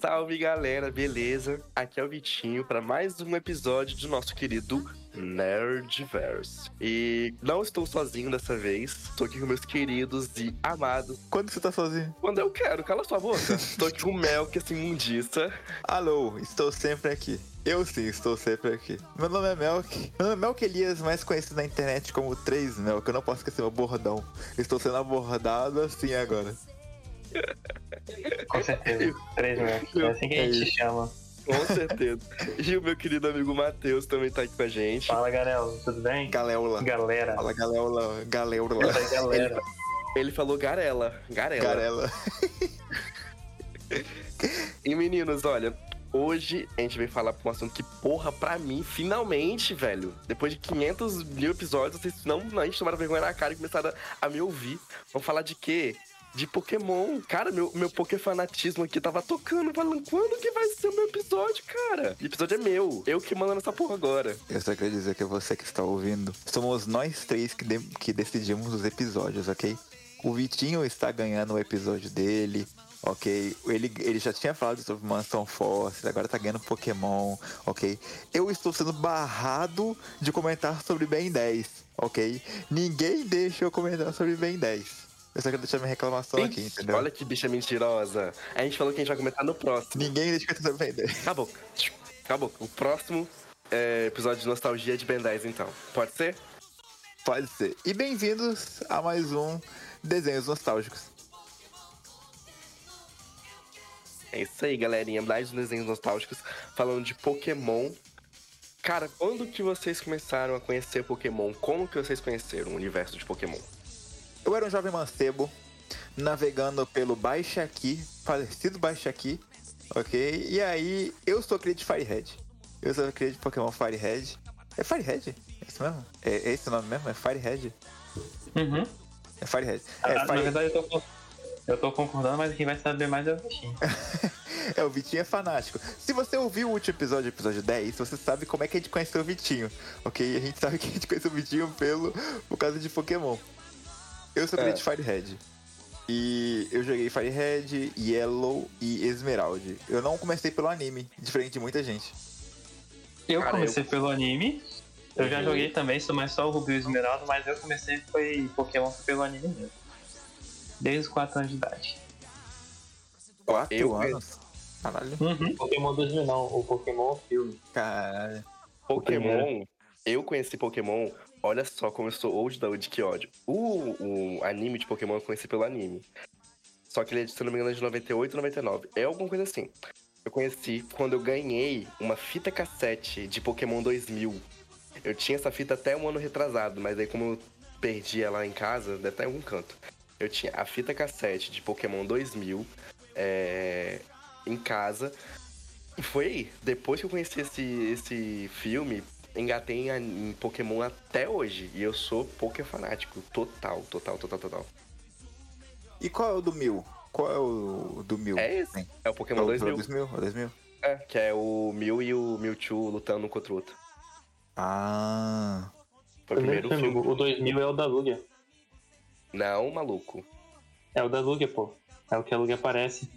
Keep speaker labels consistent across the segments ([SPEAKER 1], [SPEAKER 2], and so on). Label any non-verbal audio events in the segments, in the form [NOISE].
[SPEAKER 1] Salve galera, beleza? Aqui é o Vitinho para mais um episódio do nosso querido Nerdverse. E não estou sozinho dessa vez, estou aqui com meus queridos e amados.
[SPEAKER 2] Quando você tá sozinho?
[SPEAKER 1] Quando eu quero, cala sua
[SPEAKER 2] [LAUGHS]
[SPEAKER 1] boca. Estou aqui com o Mel, que é esse imundista.
[SPEAKER 2] Alô, estou sempre aqui. Eu sim, estou sempre aqui. Meu nome é Melk. Meu nome é Melk Elias, mais conhecido na internet como 3 Melk. Eu não posso esquecer meu bordão. Estou sendo abordado assim agora.
[SPEAKER 3] Com certeza. Três minutos. É assim que a gente te chama.
[SPEAKER 1] Com certeza. e o meu querido amigo Matheus também tá aqui com a gente.
[SPEAKER 3] Fala, Garel. Tudo bem?
[SPEAKER 2] Galeola.
[SPEAKER 3] Galera.
[SPEAKER 2] Fala Galeola. Galeola.
[SPEAKER 3] Fala aí, galera.
[SPEAKER 1] Ele falou Garela. Garela.
[SPEAKER 2] Garela.
[SPEAKER 1] E meninos, olha. Hoje a gente veio falar pra um assunto que, porra, pra mim, finalmente, velho, depois de 500 mil episódios, vocês não, a gente tomaram vergonha na cara e começaram a, a me ouvir. Vamos falar de quê? de Pokémon. Cara, meu, meu Pokéfanatismo aqui tava tocando, falando quando que vai ser o meu episódio, cara? O episódio é meu. Eu que mando nessa porra agora.
[SPEAKER 2] Eu só queria dizer que você que está ouvindo, somos nós três que, de- que decidimos os episódios, ok? O Vitinho está ganhando o episódio dele, ok? Ele, ele já tinha falado sobre Mansão Fóssil, agora tá ganhando Pokémon, ok? Eu estou sendo barrado de comentar sobre Ben 10, ok? Ninguém deixa eu comentar sobre Ben 10. Eu só quero deixar minha reclamação aqui,
[SPEAKER 1] Ixi,
[SPEAKER 2] entendeu?
[SPEAKER 1] Olha que bicha mentirosa. A gente falou que a gente vai comentar no próximo.
[SPEAKER 2] Ninguém deixa eu comentar sobre Ben 10.
[SPEAKER 1] Acabou. Acabou. O próximo é, episódio de nostalgia é de Ben 10, então. Pode ser?
[SPEAKER 2] Pode ser. E bem-vindos a mais um Desenhos Nostálgicos.
[SPEAKER 1] É isso aí, galerinha. Mais um desenhos nostálgicos falando de Pokémon. Cara, quando que vocês começaram a conhecer Pokémon? Como que vocês conheceram o universo de Pokémon?
[SPEAKER 2] Eu era um jovem mancebo, navegando pelo Baixa Aqui, falecido Baixa Aqui, ok? E aí, eu sou cria de Firehead. Eu sou cria de Pokémon Firehead. É Firehead? É isso mesmo? É, é esse o nome mesmo? É Firehead?
[SPEAKER 3] Uhum.
[SPEAKER 2] É Firehead.
[SPEAKER 3] Ah,
[SPEAKER 2] É,
[SPEAKER 3] na
[SPEAKER 2] Fire-
[SPEAKER 3] verdade, eu tô, con- eu tô concordando, mas quem vai saber mais é o Vitinho.
[SPEAKER 2] é, o Vitinho é fanático. Se você ouviu o último episódio, episódio 10, você sabe como é que a gente conheceu o Vitinho, ok? A gente sabe que a gente conheceu o Vitinho pelo, por causa de Pokémon. Eu sou
[SPEAKER 1] É.
[SPEAKER 2] cria de Firehead. E eu joguei Firehead, Yellow e Esmeralda. Eu não comecei pelo anime, diferente de muita gente.
[SPEAKER 3] Eu
[SPEAKER 1] Cara,
[SPEAKER 3] comecei pelo anime. Eu já
[SPEAKER 1] Uhum.
[SPEAKER 3] joguei também, sou mais só o Rubi e o Esmeralda, mas eu comecei foi Pokémon pelo anime mesmo. Desde os 4 anos de idade.
[SPEAKER 2] Quatro
[SPEAKER 1] Eu-
[SPEAKER 2] anos? Caralho.
[SPEAKER 3] Uhum. Pokémon 2000 não, o Pokémon filme.
[SPEAKER 2] Caralho.
[SPEAKER 1] Pokémon, eu conheci Pokémon, olha só como eu sou old da old, que ódio. O, o anime de Pokémon eu conheci pelo anime. Só que ele é, se não me engano, é de 98 ou 99. É alguma coisa assim. Eu conheci quando eu ganhei uma fita cassete de Pokémon 2000. Eu tinha essa fita até um ano retrasado, mas aí como eu perdi ela em casa, deve estar em algum canto. Eu tinha a fita cassete de Pokémon 2000 é, em casa. E foi aí. Depois que eu conheci esse, esse filme, engatei em, an- em Pokémon até hoje. E eu sou Poké fanático. Total, total, total, total.
[SPEAKER 2] E qual é o do mil? Qual é o do mil?
[SPEAKER 1] É esse.
[SPEAKER 2] Sim.
[SPEAKER 1] É o
[SPEAKER 2] É o
[SPEAKER 1] Pokémon
[SPEAKER 2] do
[SPEAKER 1] 2000,
[SPEAKER 2] 2000? É o 2000?
[SPEAKER 1] é, que é o Mew e o Mewtwo lutando um contra o outro.
[SPEAKER 2] Ah.
[SPEAKER 1] Foi o primeiro filme.
[SPEAKER 3] O 2000 é o da Lugia.
[SPEAKER 1] Não, maluco.
[SPEAKER 3] É o da Lugia, pô. É o que a Lugia aparece.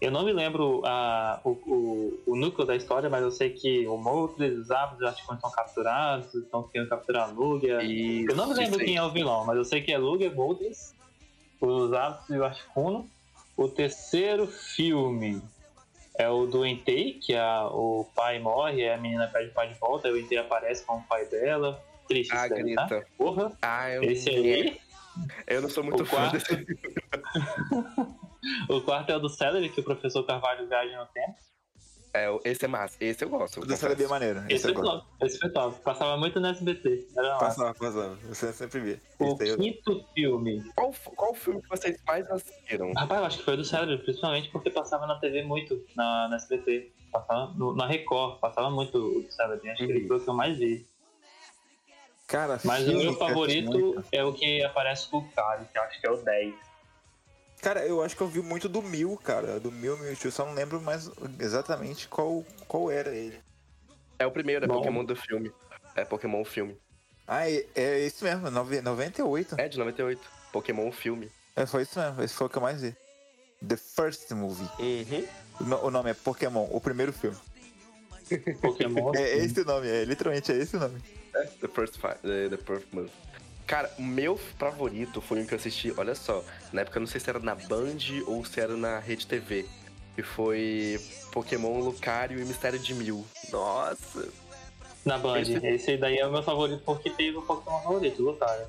[SPEAKER 3] Eu não me lembro a, o, o, o núcleo da história, mas eu sei que o Moltres, os Abos, os Articuns são capturados, estão querendo capturar a Lugia.
[SPEAKER 1] E
[SPEAKER 3] É. Eu não me lembro
[SPEAKER 1] isso aí.
[SPEAKER 3] quem é o vilão, mas eu sei que é Lugia, Moltres, os Abos e o Articuno. O terceiro filme é o do Entei, que a, o pai morre, a menina pede o pai de volta, aí o Entei aparece com o pai dela. Triste,
[SPEAKER 1] Ah,
[SPEAKER 3] isso daí, tá?
[SPEAKER 1] Greta.
[SPEAKER 3] Porra.
[SPEAKER 1] Ah, eu,
[SPEAKER 3] Esse aí,
[SPEAKER 1] eu não sou muito
[SPEAKER 3] O
[SPEAKER 1] fã
[SPEAKER 3] quarto.
[SPEAKER 1] desse.
[SPEAKER 3] [LAUGHS] o quarto é o do Celery, que o professor Carvalho viaja no tempo.
[SPEAKER 1] É, esse é massa. Esse eu gosto.
[SPEAKER 2] O do Celebi é maneiro.
[SPEAKER 3] Esse
[SPEAKER 2] Esse
[SPEAKER 3] foi
[SPEAKER 2] eu gosto.
[SPEAKER 3] top, esse foi top. Passava muito no SBT. Era lá.
[SPEAKER 2] Passava, passava. Você é sempre via.
[SPEAKER 3] O
[SPEAKER 2] Esse aí eu-
[SPEAKER 3] quinto filme.
[SPEAKER 1] Qual, qual filme que vocês mais assistiram?
[SPEAKER 3] Rapaz, eu acho que foi do Cérebro, principalmente porque passava na TV muito, na, na SBT. Passava no- na Record, passava muito o do Cérebro. Acho que ele
[SPEAKER 1] Uhum.
[SPEAKER 3] foi o que eu mais vi.
[SPEAKER 2] Cara,
[SPEAKER 3] Mas o
[SPEAKER 2] filme
[SPEAKER 3] meu
[SPEAKER 2] que eu assisti muito.
[SPEAKER 3] favorito é o que aparece com o Cari, que eu acho que é o
[SPEAKER 2] [LAUGHS]
[SPEAKER 3] 10.
[SPEAKER 2] Cara, eu acho que eu vi muito do Mil, cara. Do Mil, Mewtwo. Só não lembro mais exatamente qual, qual era ele.
[SPEAKER 1] É o primeiro, é
[SPEAKER 3] Bom.
[SPEAKER 1] Pokémon do filme. É Pokémon o filme.
[SPEAKER 2] Ah, é, é isso mesmo. nove- 98.
[SPEAKER 1] É de 98. Pokémon o filme.
[SPEAKER 2] É, foi isso mesmo. Esse foi o que eu mais vi. The First Movie.
[SPEAKER 1] Uhum.
[SPEAKER 2] O no- O nome é Pokémon, o primeiro filme.
[SPEAKER 3] Pokémon.
[SPEAKER 2] É esse o nome, é literalmente é esse o nome.
[SPEAKER 1] The First Five, The, the First Month. Cara, o meu favorito foi um que eu assisti, olha só, na época eu não sei se era na Band ou se era na Rede TV. Que foi Pokémon Lucario e Mistério de Mil. Nossa!
[SPEAKER 3] Na Band.
[SPEAKER 1] Esse-
[SPEAKER 3] Esse daí é o meu favorito porque teve o Pokémon favorito, o Lucario.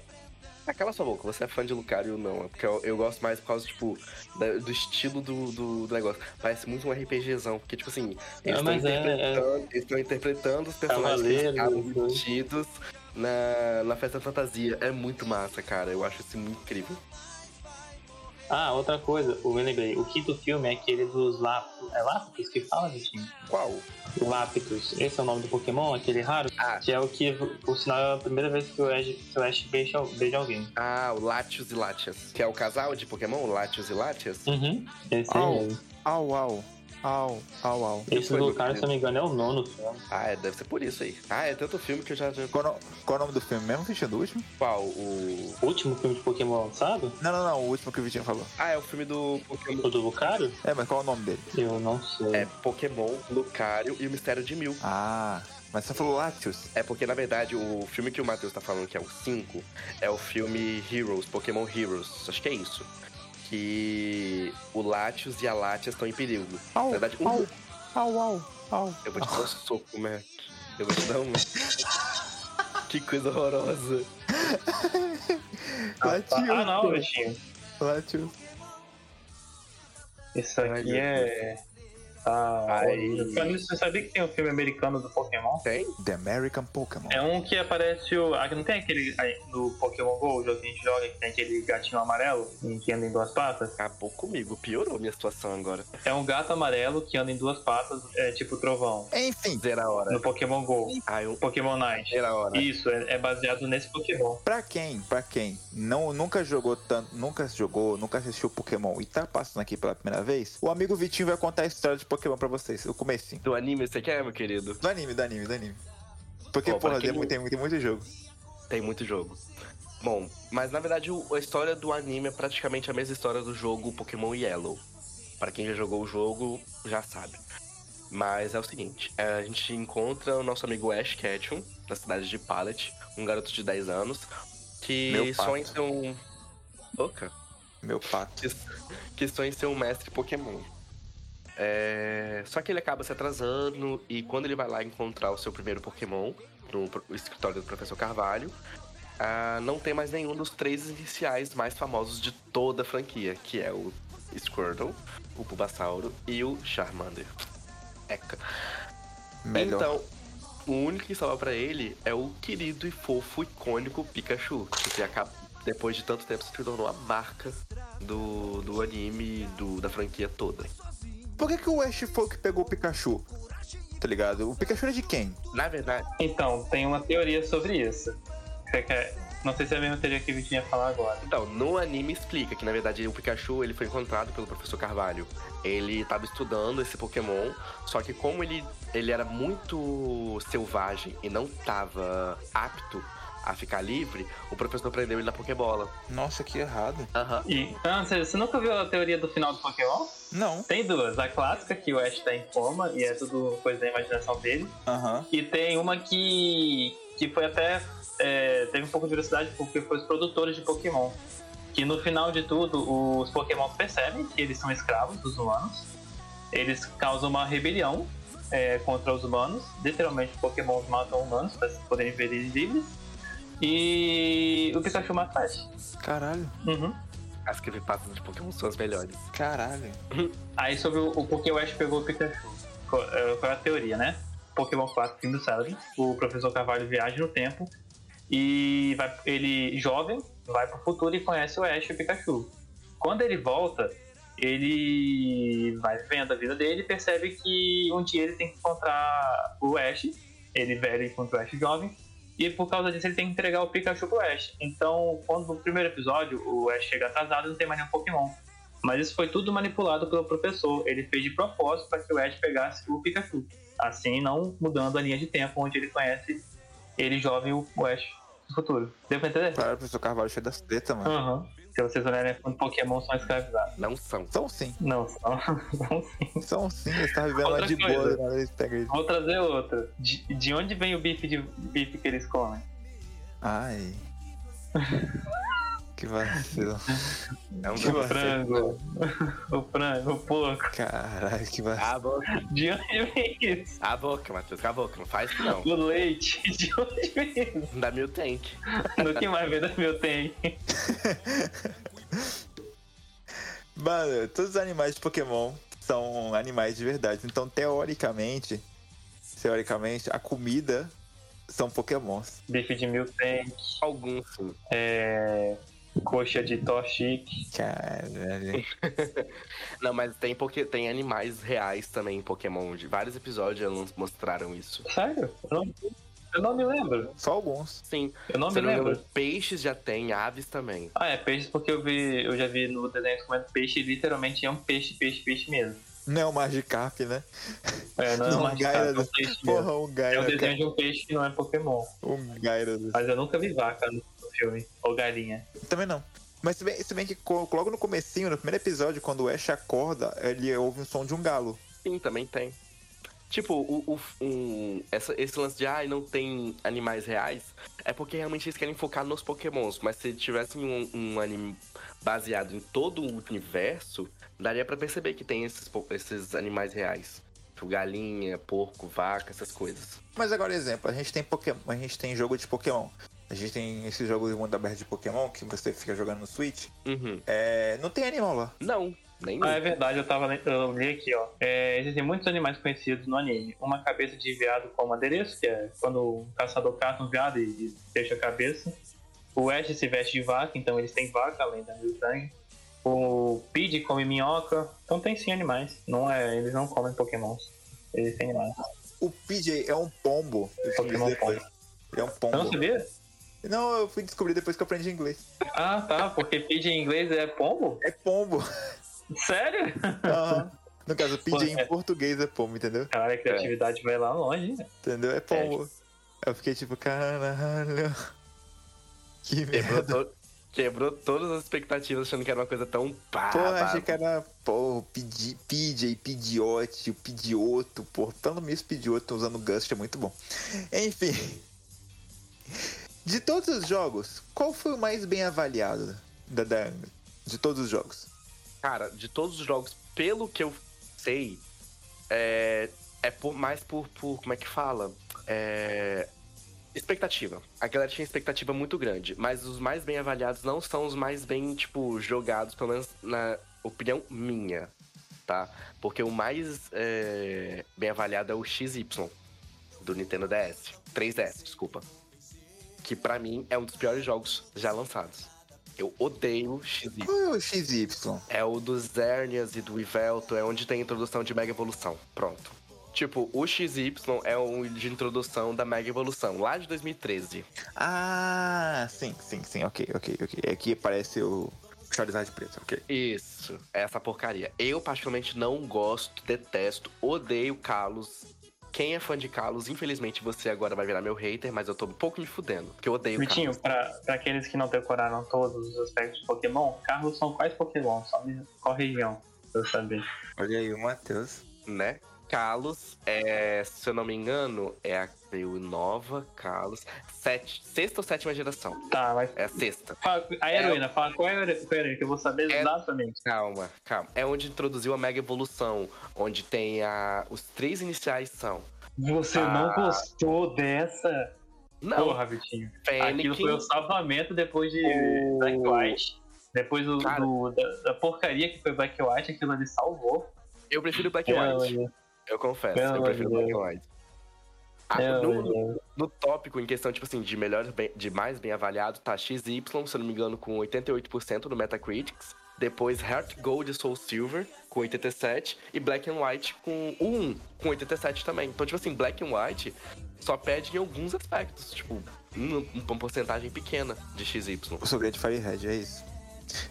[SPEAKER 1] Acala sua boca, você é fã de Lucario não. É porque eu, eu gosto mais por causa, tipo, da- do estilo do, do, do negócio. Parece muito um RPGzão, porque, tipo assim, eles
[SPEAKER 3] Ah,
[SPEAKER 1] estão
[SPEAKER 3] mas é,
[SPEAKER 1] interpretando, eles tão interpretando os personagens que eles
[SPEAKER 3] Cavaleiro,
[SPEAKER 1] ficaram
[SPEAKER 3] né?
[SPEAKER 1] vestidos na, na festa fantasia. É muito massa, cara. Eu acho isso muito incrível.
[SPEAKER 3] Ah, outra coisa, eu me lembrei. O quinto filme é aquele dos Lápis. É Lápis que fala, gente?
[SPEAKER 1] Qual?
[SPEAKER 3] Lápitos. Esse é o nome do Pokémon, aquele raro?
[SPEAKER 1] Ah.
[SPEAKER 3] Que é o que, por sinal, é a primeira vez que o Ash, que o Ash beija, beija alguém.
[SPEAKER 1] Ah, o Latios e Latias. Que é o casal de Pokémon, Latios e Latias?
[SPEAKER 3] Uhum. Esse aí
[SPEAKER 2] Au.
[SPEAKER 3] mesmo.
[SPEAKER 2] Au, au, au, au, au.
[SPEAKER 3] Esse
[SPEAKER 1] foi
[SPEAKER 3] do
[SPEAKER 1] meu
[SPEAKER 3] cara,
[SPEAKER 1] primeiro.
[SPEAKER 3] se eu não me engano, é o nono filme.
[SPEAKER 1] Ah, é, deve ser por isso aí. Ah, é tanto filme que eu já. já...
[SPEAKER 2] Qual, o no- qual o nome do filme? Mesmo Vitinho do último?
[SPEAKER 1] Qual? O.
[SPEAKER 3] O último filme de Pokémon, sabe?
[SPEAKER 2] Não, não, não, o último que o Vitinho falou.
[SPEAKER 1] Ah, é o filme do Pokémon.
[SPEAKER 3] O do Lucario?
[SPEAKER 2] É, mas qual o nome dele?
[SPEAKER 3] Eu não sei.
[SPEAKER 1] É Pokémon, Lucario e o Mistério de Mil.
[SPEAKER 2] Ah, mas você falou Latios.
[SPEAKER 1] É porque, na verdade, o filme que o Matheus tá falando, que é o 5, é o filme Heroes, Pokémon Heroes. Acho que é isso. Que o Latios e a Latias estão em perigo.
[SPEAKER 2] Au,
[SPEAKER 1] Na verdade, um-
[SPEAKER 2] au, au, au, au.
[SPEAKER 1] Eu vou te dar um soco, Mac. Eu vou te dar um. que coisa horrorosa.
[SPEAKER 2] Latios.
[SPEAKER 3] Ah, não, Betinho.
[SPEAKER 2] Latios.
[SPEAKER 3] Isso
[SPEAKER 1] Ai,
[SPEAKER 3] aqui
[SPEAKER 1] meu
[SPEAKER 3] é. Ah,
[SPEAKER 1] Ai.
[SPEAKER 3] olha, você sabia que tem um filme americano do Pokémon?
[SPEAKER 1] Tem?
[SPEAKER 2] The American Pokémon.
[SPEAKER 3] É um que aparece o. ah, Não tem aquele. aí, No Pokémon GO, o jogo que a gente joga, que tem aquele gatinho amarelo um que anda em duas patas.
[SPEAKER 1] Acabou comigo, piorou minha situação agora.
[SPEAKER 3] É um gato amarelo que anda em duas patas, é tipo trovão.
[SPEAKER 1] um
[SPEAKER 2] Enfim,
[SPEAKER 1] Zera a hora.
[SPEAKER 3] No Pokémon GO.
[SPEAKER 1] Ah, eu.
[SPEAKER 3] Pokémon Night.
[SPEAKER 1] Zera a hora.
[SPEAKER 3] Isso, é, é baseado nesse Pokémon.
[SPEAKER 2] pra quem, pra quem não, nunca jogou tanto, nunca jogou, nunca assistiu Pokémon e tá passando aqui pela primeira vez, o amigo Vitinho vai contar a história de Pokémon pra vocês, o comecinho.
[SPEAKER 1] Do anime você quer, meu querido?
[SPEAKER 2] Do anime, do anime, do anime. Porque,
[SPEAKER 1] Ó, pra
[SPEAKER 2] porra,
[SPEAKER 1] quem
[SPEAKER 2] tem,
[SPEAKER 1] não-
[SPEAKER 2] muito- tem, tem muito jogo.
[SPEAKER 1] Tem muito jogo. Bom, mas na verdade o- a história do anime é praticamente a mesma história do jogo Pokémon Yellow. Pra quem já jogou o jogo, já sabe. Mas é o seguinte, é, a gente encontra o nosso amigo Ash Ketchum, da cidade de Pallet, um garoto de 10 anos, que
[SPEAKER 2] Meu
[SPEAKER 1] sonha
[SPEAKER 2] pai.
[SPEAKER 1] em ser um... Louca?
[SPEAKER 2] Meu pato.
[SPEAKER 1] que sonha em ser um mestre Pokémon. É, Só que ele acaba se atrasando e quando ele vai lá encontrar o seu primeiro Pokémon no pro- escritório do Professor Carvalho, ah, não tem mais nenhum dos três iniciais mais famosos de toda a franquia, que é o Squirtle, o Bulbasauro e o Charmander. Eca.
[SPEAKER 2] Melhor.
[SPEAKER 1] Então, o único que salva pra ele é o querido e fofo, icônico Pikachu, que acaba, depois de tanto tempo se tornou a marca do, do anime, do, da franquia toda.
[SPEAKER 2] Por que, que o Ash foi o que pegou o Pikachu? Tá ligado? O Pikachu era de quem?
[SPEAKER 1] Na verdade,
[SPEAKER 3] Então, tem uma teoria sobre isso. Você quer- Não sei se é a mesma teoria que o Vitinho ia falar agora.
[SPEAKER 1] então, no anime explica que, na verdade, o Pikachu ele foi encontrado pelo professor Carvalho. Ele estava estudando esse Pokémon, só que como ele, ele era muito selvagem e não estava apto a ficar livre, o professor prendeu ele na Pokébola.
[SPEAKER 2] Nossa, que errado.
[SPEAKER 1] Aham.
[SPEAKER 3] E, ah, você, você nunca viu a teoria do final do Pokémon?
[SPEAKER 2] Não.
[SPEAKER 3] Tem duas. A clássica, que o Ash tá em coma e é tudo coisa da imaginação dele.
[SPEAKER 2] Aham.
[SPEAKER 3] E tem uma que, que foi até. é, teve um pouco de curiosidade porque foi os produtores de Pokémon. Que no final de tudo, os Pokémon percebem que eles são escravos dos humanos. Eles causam uma rebelião é, contra os humanos. Literalmente, Pokémons matam humanos para poderem ver eles livres. E o Pikachu mata Ash.
[SPEAKER 2] Caralho.
[SPEAKER 3] Uhum.
[SPEAKER 1] As creepypastas de Pokémon são as melhores.
[SPEAKER 2] Caralho.
[SPEAKER 3] Aí sobre o, o porquê o Ash pegou o Pikachu. Qual, eh, qual é a teoria, né? Pokémon 4 Fim do Cérebro. O professor Carvalho viaja no tempo e vai, ele, jovem, vai pro futuro e conhece o Ash e o Pikachu. Quando ele volta, ele vai vendo a vida dele e percebe que um dia ele tem que encontrar o Ash. Ele velho encontra o Ash jovem. E por causa disso ele tem que entregar o Pikachu pro Ash. Então, quando no primeiro episódio o Ash chega atrasado, não tem mais nenhum Pokémon. Mas isso foi tudo manipulado pelo professor. Ele fez de propósito para que o Ash pegasse o Pikachu. Assim, não mudando a linha de tempo onde ele conhece ele jovem e o Ash do futuro. Deu pra entender?
[SPEAKER 1] Ah.
[SPEAKER 2] Claro, o professor Carvalho cheio das tretas, mano.
[SPEAKER 3] Aham. se vocês olharem a fundo, Pokémon são escravizados.
[SPEAKER 1] Não são.
[SPEAKER 2] São Então, sim,
[SPEAKER 3] [LAUGHS] Não, são. são sim.
[SPEAKER 2] são Então, sim, eles estavam vivendo lá
[SPEAKER 3] Outra
[SPEAKER 2] de boa.
[SPEAKER 3] coisa.
[SPEAKER 2] né? Eles pegam eles.
[SPEAKER 3] Vou trazer outra. De, de onde vem o bife, de, bife que eles comem?
[SPEAKER 2] Ai. Que vacilo.
[SPEAKER 1] Não
[SPEAKER 2] Que
[SPEAKER 1] são.
[SPEAKER 3] o
[SPEAKER 2] você-
[SPEAKER 3] frango. [LAUGHS] O frango, o porco.
[SPEAKER 2] Caralho, que vacilo.
[SPEAKER 1] Cala a boca,
[SPEAKER 3] De onde [LAUGHS] vem isso?
[SPEAKER 1] cala a boca, Matheus, cala a boca, não faz isso não.
[SPEAKER 3] O leite. [LAUGHS] De onde vem isso?
[SPEAKER 1] Não dá mil tank.
[SPEAKER 3] No que mais vem do meu tem?
[SPEAKER 2] Mano, todos os animais de Pokémon são animais de verdade. Então, teoricamente, teoricamente, a comida são Pokémons.
[SPEAKER 3] Bife de mil tem.
[SPEAKER 1] Alguns sim.
[SPEAKER 3] É, coxa de Toshik.
[SPEAKER 2] Caralho.
[SPEAKER 1] Não, mas tem, porque tem animais reais também em Pokémon. De vários episódios elas mostraram isso.
[SPEAKER 3] Sério? Eu não, eu não me lembro.
[SPEAKER 2] Só alguns.
[SPEAKER 1] Sim.
[SPEAKER 3] Eu não
[SPEAKER 1] se
[SPEAKER 3] me
[SPEAKER 1] eu não me
[SPEAKER 3] lembro.
[SPEAKER 1] engano, peixes já tem, aves também.
[SPEAKER 3] Ah, é peixe porque eu vi, eu já vi no desenho comendo peixe e literalmente é um peixe, peixe, peixe mesmo.
[SPEAKER 2] Não é o Magikarp, né?
[SPEAKER 3] É, não, é
[SPEAKER 2] Não,
[SPEAKER 3] uma
[SPEAKER 2] Gaira,
[SPEAKER 3] riscada, é um peixe mesmo.
[SPEAKER 2] Porra, um
[SPEAKER 3] É o
[SPEAKER 2] Gyarados.
[SPEAKER 3] desenho de um peixe que não é Pokémon.
[SPEAKER 2] Um Gyarados.
[SPEAKER 3] Mas eu nunca vi vaca no filme. Ou galinha.
[SPEAKER 2] Também não. Mas se bem, se bem que co- logo no comecinho, no primeiro episódio, quando o Ash acorda, ele ouve um som de um galo.
[SPEAKER 1] Sim, também tem. Tipo, o, o- um- essa- esse lance de ah, não tem animais reais é porque realmente eles querem focar nos pokémons. Mas se tivesse um, um anime baseado em todo o universo, daria pra perceber que tem esses, po- esses animais reais. Tipo, galinha, porco, vaca, essas coisas.
[SPEAKER 2] Mas agora, exemplo, a gente tem Pokémon, a gente tem jogo de Pokémon. A gente tem esse jogo de mundo aberto de Pokémon que você fica jogando no Switch.
[SPEAKER 1] Uhum.
[SPEAKER 2] É, não tem animal lá.
[SPEAKER 1] Não, nem
[SPEAKER 3] Ah, é verdade, eu tava le- eu li aqui, ó. É, existem muitos animais conhecidos no anime. Uma cabeça de veado como adereço, que é quando o caçador caça um veado e, e deixa a cabeça. O Ash se veste de vaca, então eles têm vaca além da Miltangue. O Pidge come minhoca. Então tem sim animais. Não é, eles não comem pokémons. Eles têm animais.
[SPEAKER 2] O PJ é um pombo. Eu descobri
[SPEAKER 3] Pokémon
[SPEAKER 2] depois. Ele é um
[SPEAKER 3] Eu não
[SPEAKER 2] pombo.
[SPEAKER 3] sabia?
[SPEAKER 2] Não, eu fui descobrir depois que eu aprendi inglês.
[SPEAKER 3] Ah, tá, porque Pidge em inglês é pombo?
[SPEAKER 2] É
[SPEAKER 3] [LAUGHS]
[SPEAKER 2] pombo.
[SPEAKER 3] Sério?
[SPEAKER 2] Aham. No caso, PJ
[SPEAKER 3] Pô, é.
[SPEAKER 2] em português é pombo, entendeu?
[SPEAKER 3] Caralho, a criatividade vai lá longe, né?
[SPEAKER 2] Entendeu? É pombo. Eu fiquei tipo, caralho. [LAUGHS] Que
[SPEAKER 1] Quebrou,
[SPEAKER 2] merda.
[SPEAKER 1] to- quebrou todas as expectativas achando que era uma coisa tão pá.
[SPEAKER 2] Porra,
[SPEAKER 1] babado.
[SPEAKER 2] achei que era, pô, PJ, PJ, Pidiote, o Pidioto, porra, tanto mesmo Pidioto usando Gust é muito bom. Enfim. De todos os jogos, qual foi o mais bem avaliado da, da- de todos os jogos?
[SPEAKER 1] Cara, de todos os jogos, pelo que eu sei, é, é por, mais por, por. Como é que fala? É, expectativa. A galera tinha expectativa muito grande, mas os mais bem avaliados não são os mais bem, tipo, jogados, pelo menos na opinião minha, tá? Porque o mais é, bem avaliado é o XY, do Nintendo DS. 3DS, desculpa. Que pra mim é um dos piores jogos já lançados. Eu odeio XY.
[SPEAKER 2] Qual é o XY?
[SPEAKER 1] É o dos Zernias e do Ivelto, é onde tem a introdução de Mega Evolução. Pronto. Tipo, o XY é o de introdução da Mega Evolução, lá de 2013.
[SPEAKER 2] Ah, sim, sim, sim, ok, ok, ok. É que parece o Charizard preto, ok.
[SPEAKER 1] Isso, É essa porcaria. Eu, particularmente, não gosto, detesto, odeio Kalos. Quem é fã de Kalos, infelizmente você agora vai virar meu hater, mas eu tô um pouco me fudendo, porque eu odeio Kalos.
[SPEAKER 3] Vitinho, pra, pra aqueles que não decoraram todos os aspectos de Pokémon, carros são quais Pokémon? Só me- qual região? Pra eu saber.
[SPEAKER 2] Olha aí o Matheus.
[SPEAKER 1] né? Kalos, é, se eu não me engano, é a veio nova Kalos. Sete, sexta ou sétima geração?
[SPEAKER 3] Tá, mas.
[SPEAKER 1] É a sexta.
[SPEAKER 3] Fala, a heroína, fala qual é a hero- qual é a heroína, que eu vou saber
[SPEAKER 1] É-
[SPEAKER 3] exatamente.
[SPEAKER 1] Calma, calma. É onde introduziu a Mega Evolução, onde tem a... os três iniciais são.
[SPEAKER 3] Você
[SPEAKER 1] Ah.
[SPEAKER 3] não gostou dessa?
[SPEAKER 1] Não,
[SPEAKER 3] Porra, Vitinho. Aquilo
[SPEAKER 1] Fênix.
[SPEAKER 3] foi o salvamento depois de
[SPEAKER 1] O-
[SPEAKER 3] Black White. Depois do,
[SPEAKER 1] Cara.
[SPEAKER 3] do- da, da porcaria que foi Black White, aquilo ali salvou.
[SPEAKER 1] Eu prefiro o Black
[SPEAKER 3] Pelo
[SPEAKER 1] White,
[SPEAKER 3] amor
[SPEAKER 1] eu confesso.
[SPEAKER 3] Pelo
[SPEAKER 1] Eu prefiro o
[SPEAKER 3] amor de
[SPEAKER 1] Black White. Ah,
[SPEAKER 3] de
[SPEAKER 1] no,
[SPEAKER 3] Deus.
[SPEAKER 1] no tópico, em questão, tipo assim, de melhor, bem- de mais bem avaliado, tá XY, se eu não me engano, com 88% no Metacritics. Depois Heart Gold e Soul Silver, com 87. E Black and White com o 1, com 87 também. Então, tipo assim, Black and White só pede em alguns aspectos. Tipo, um- uma porcentagem pequena de XY.
[SPEAKER 2] O sobre de Firehead, é isso.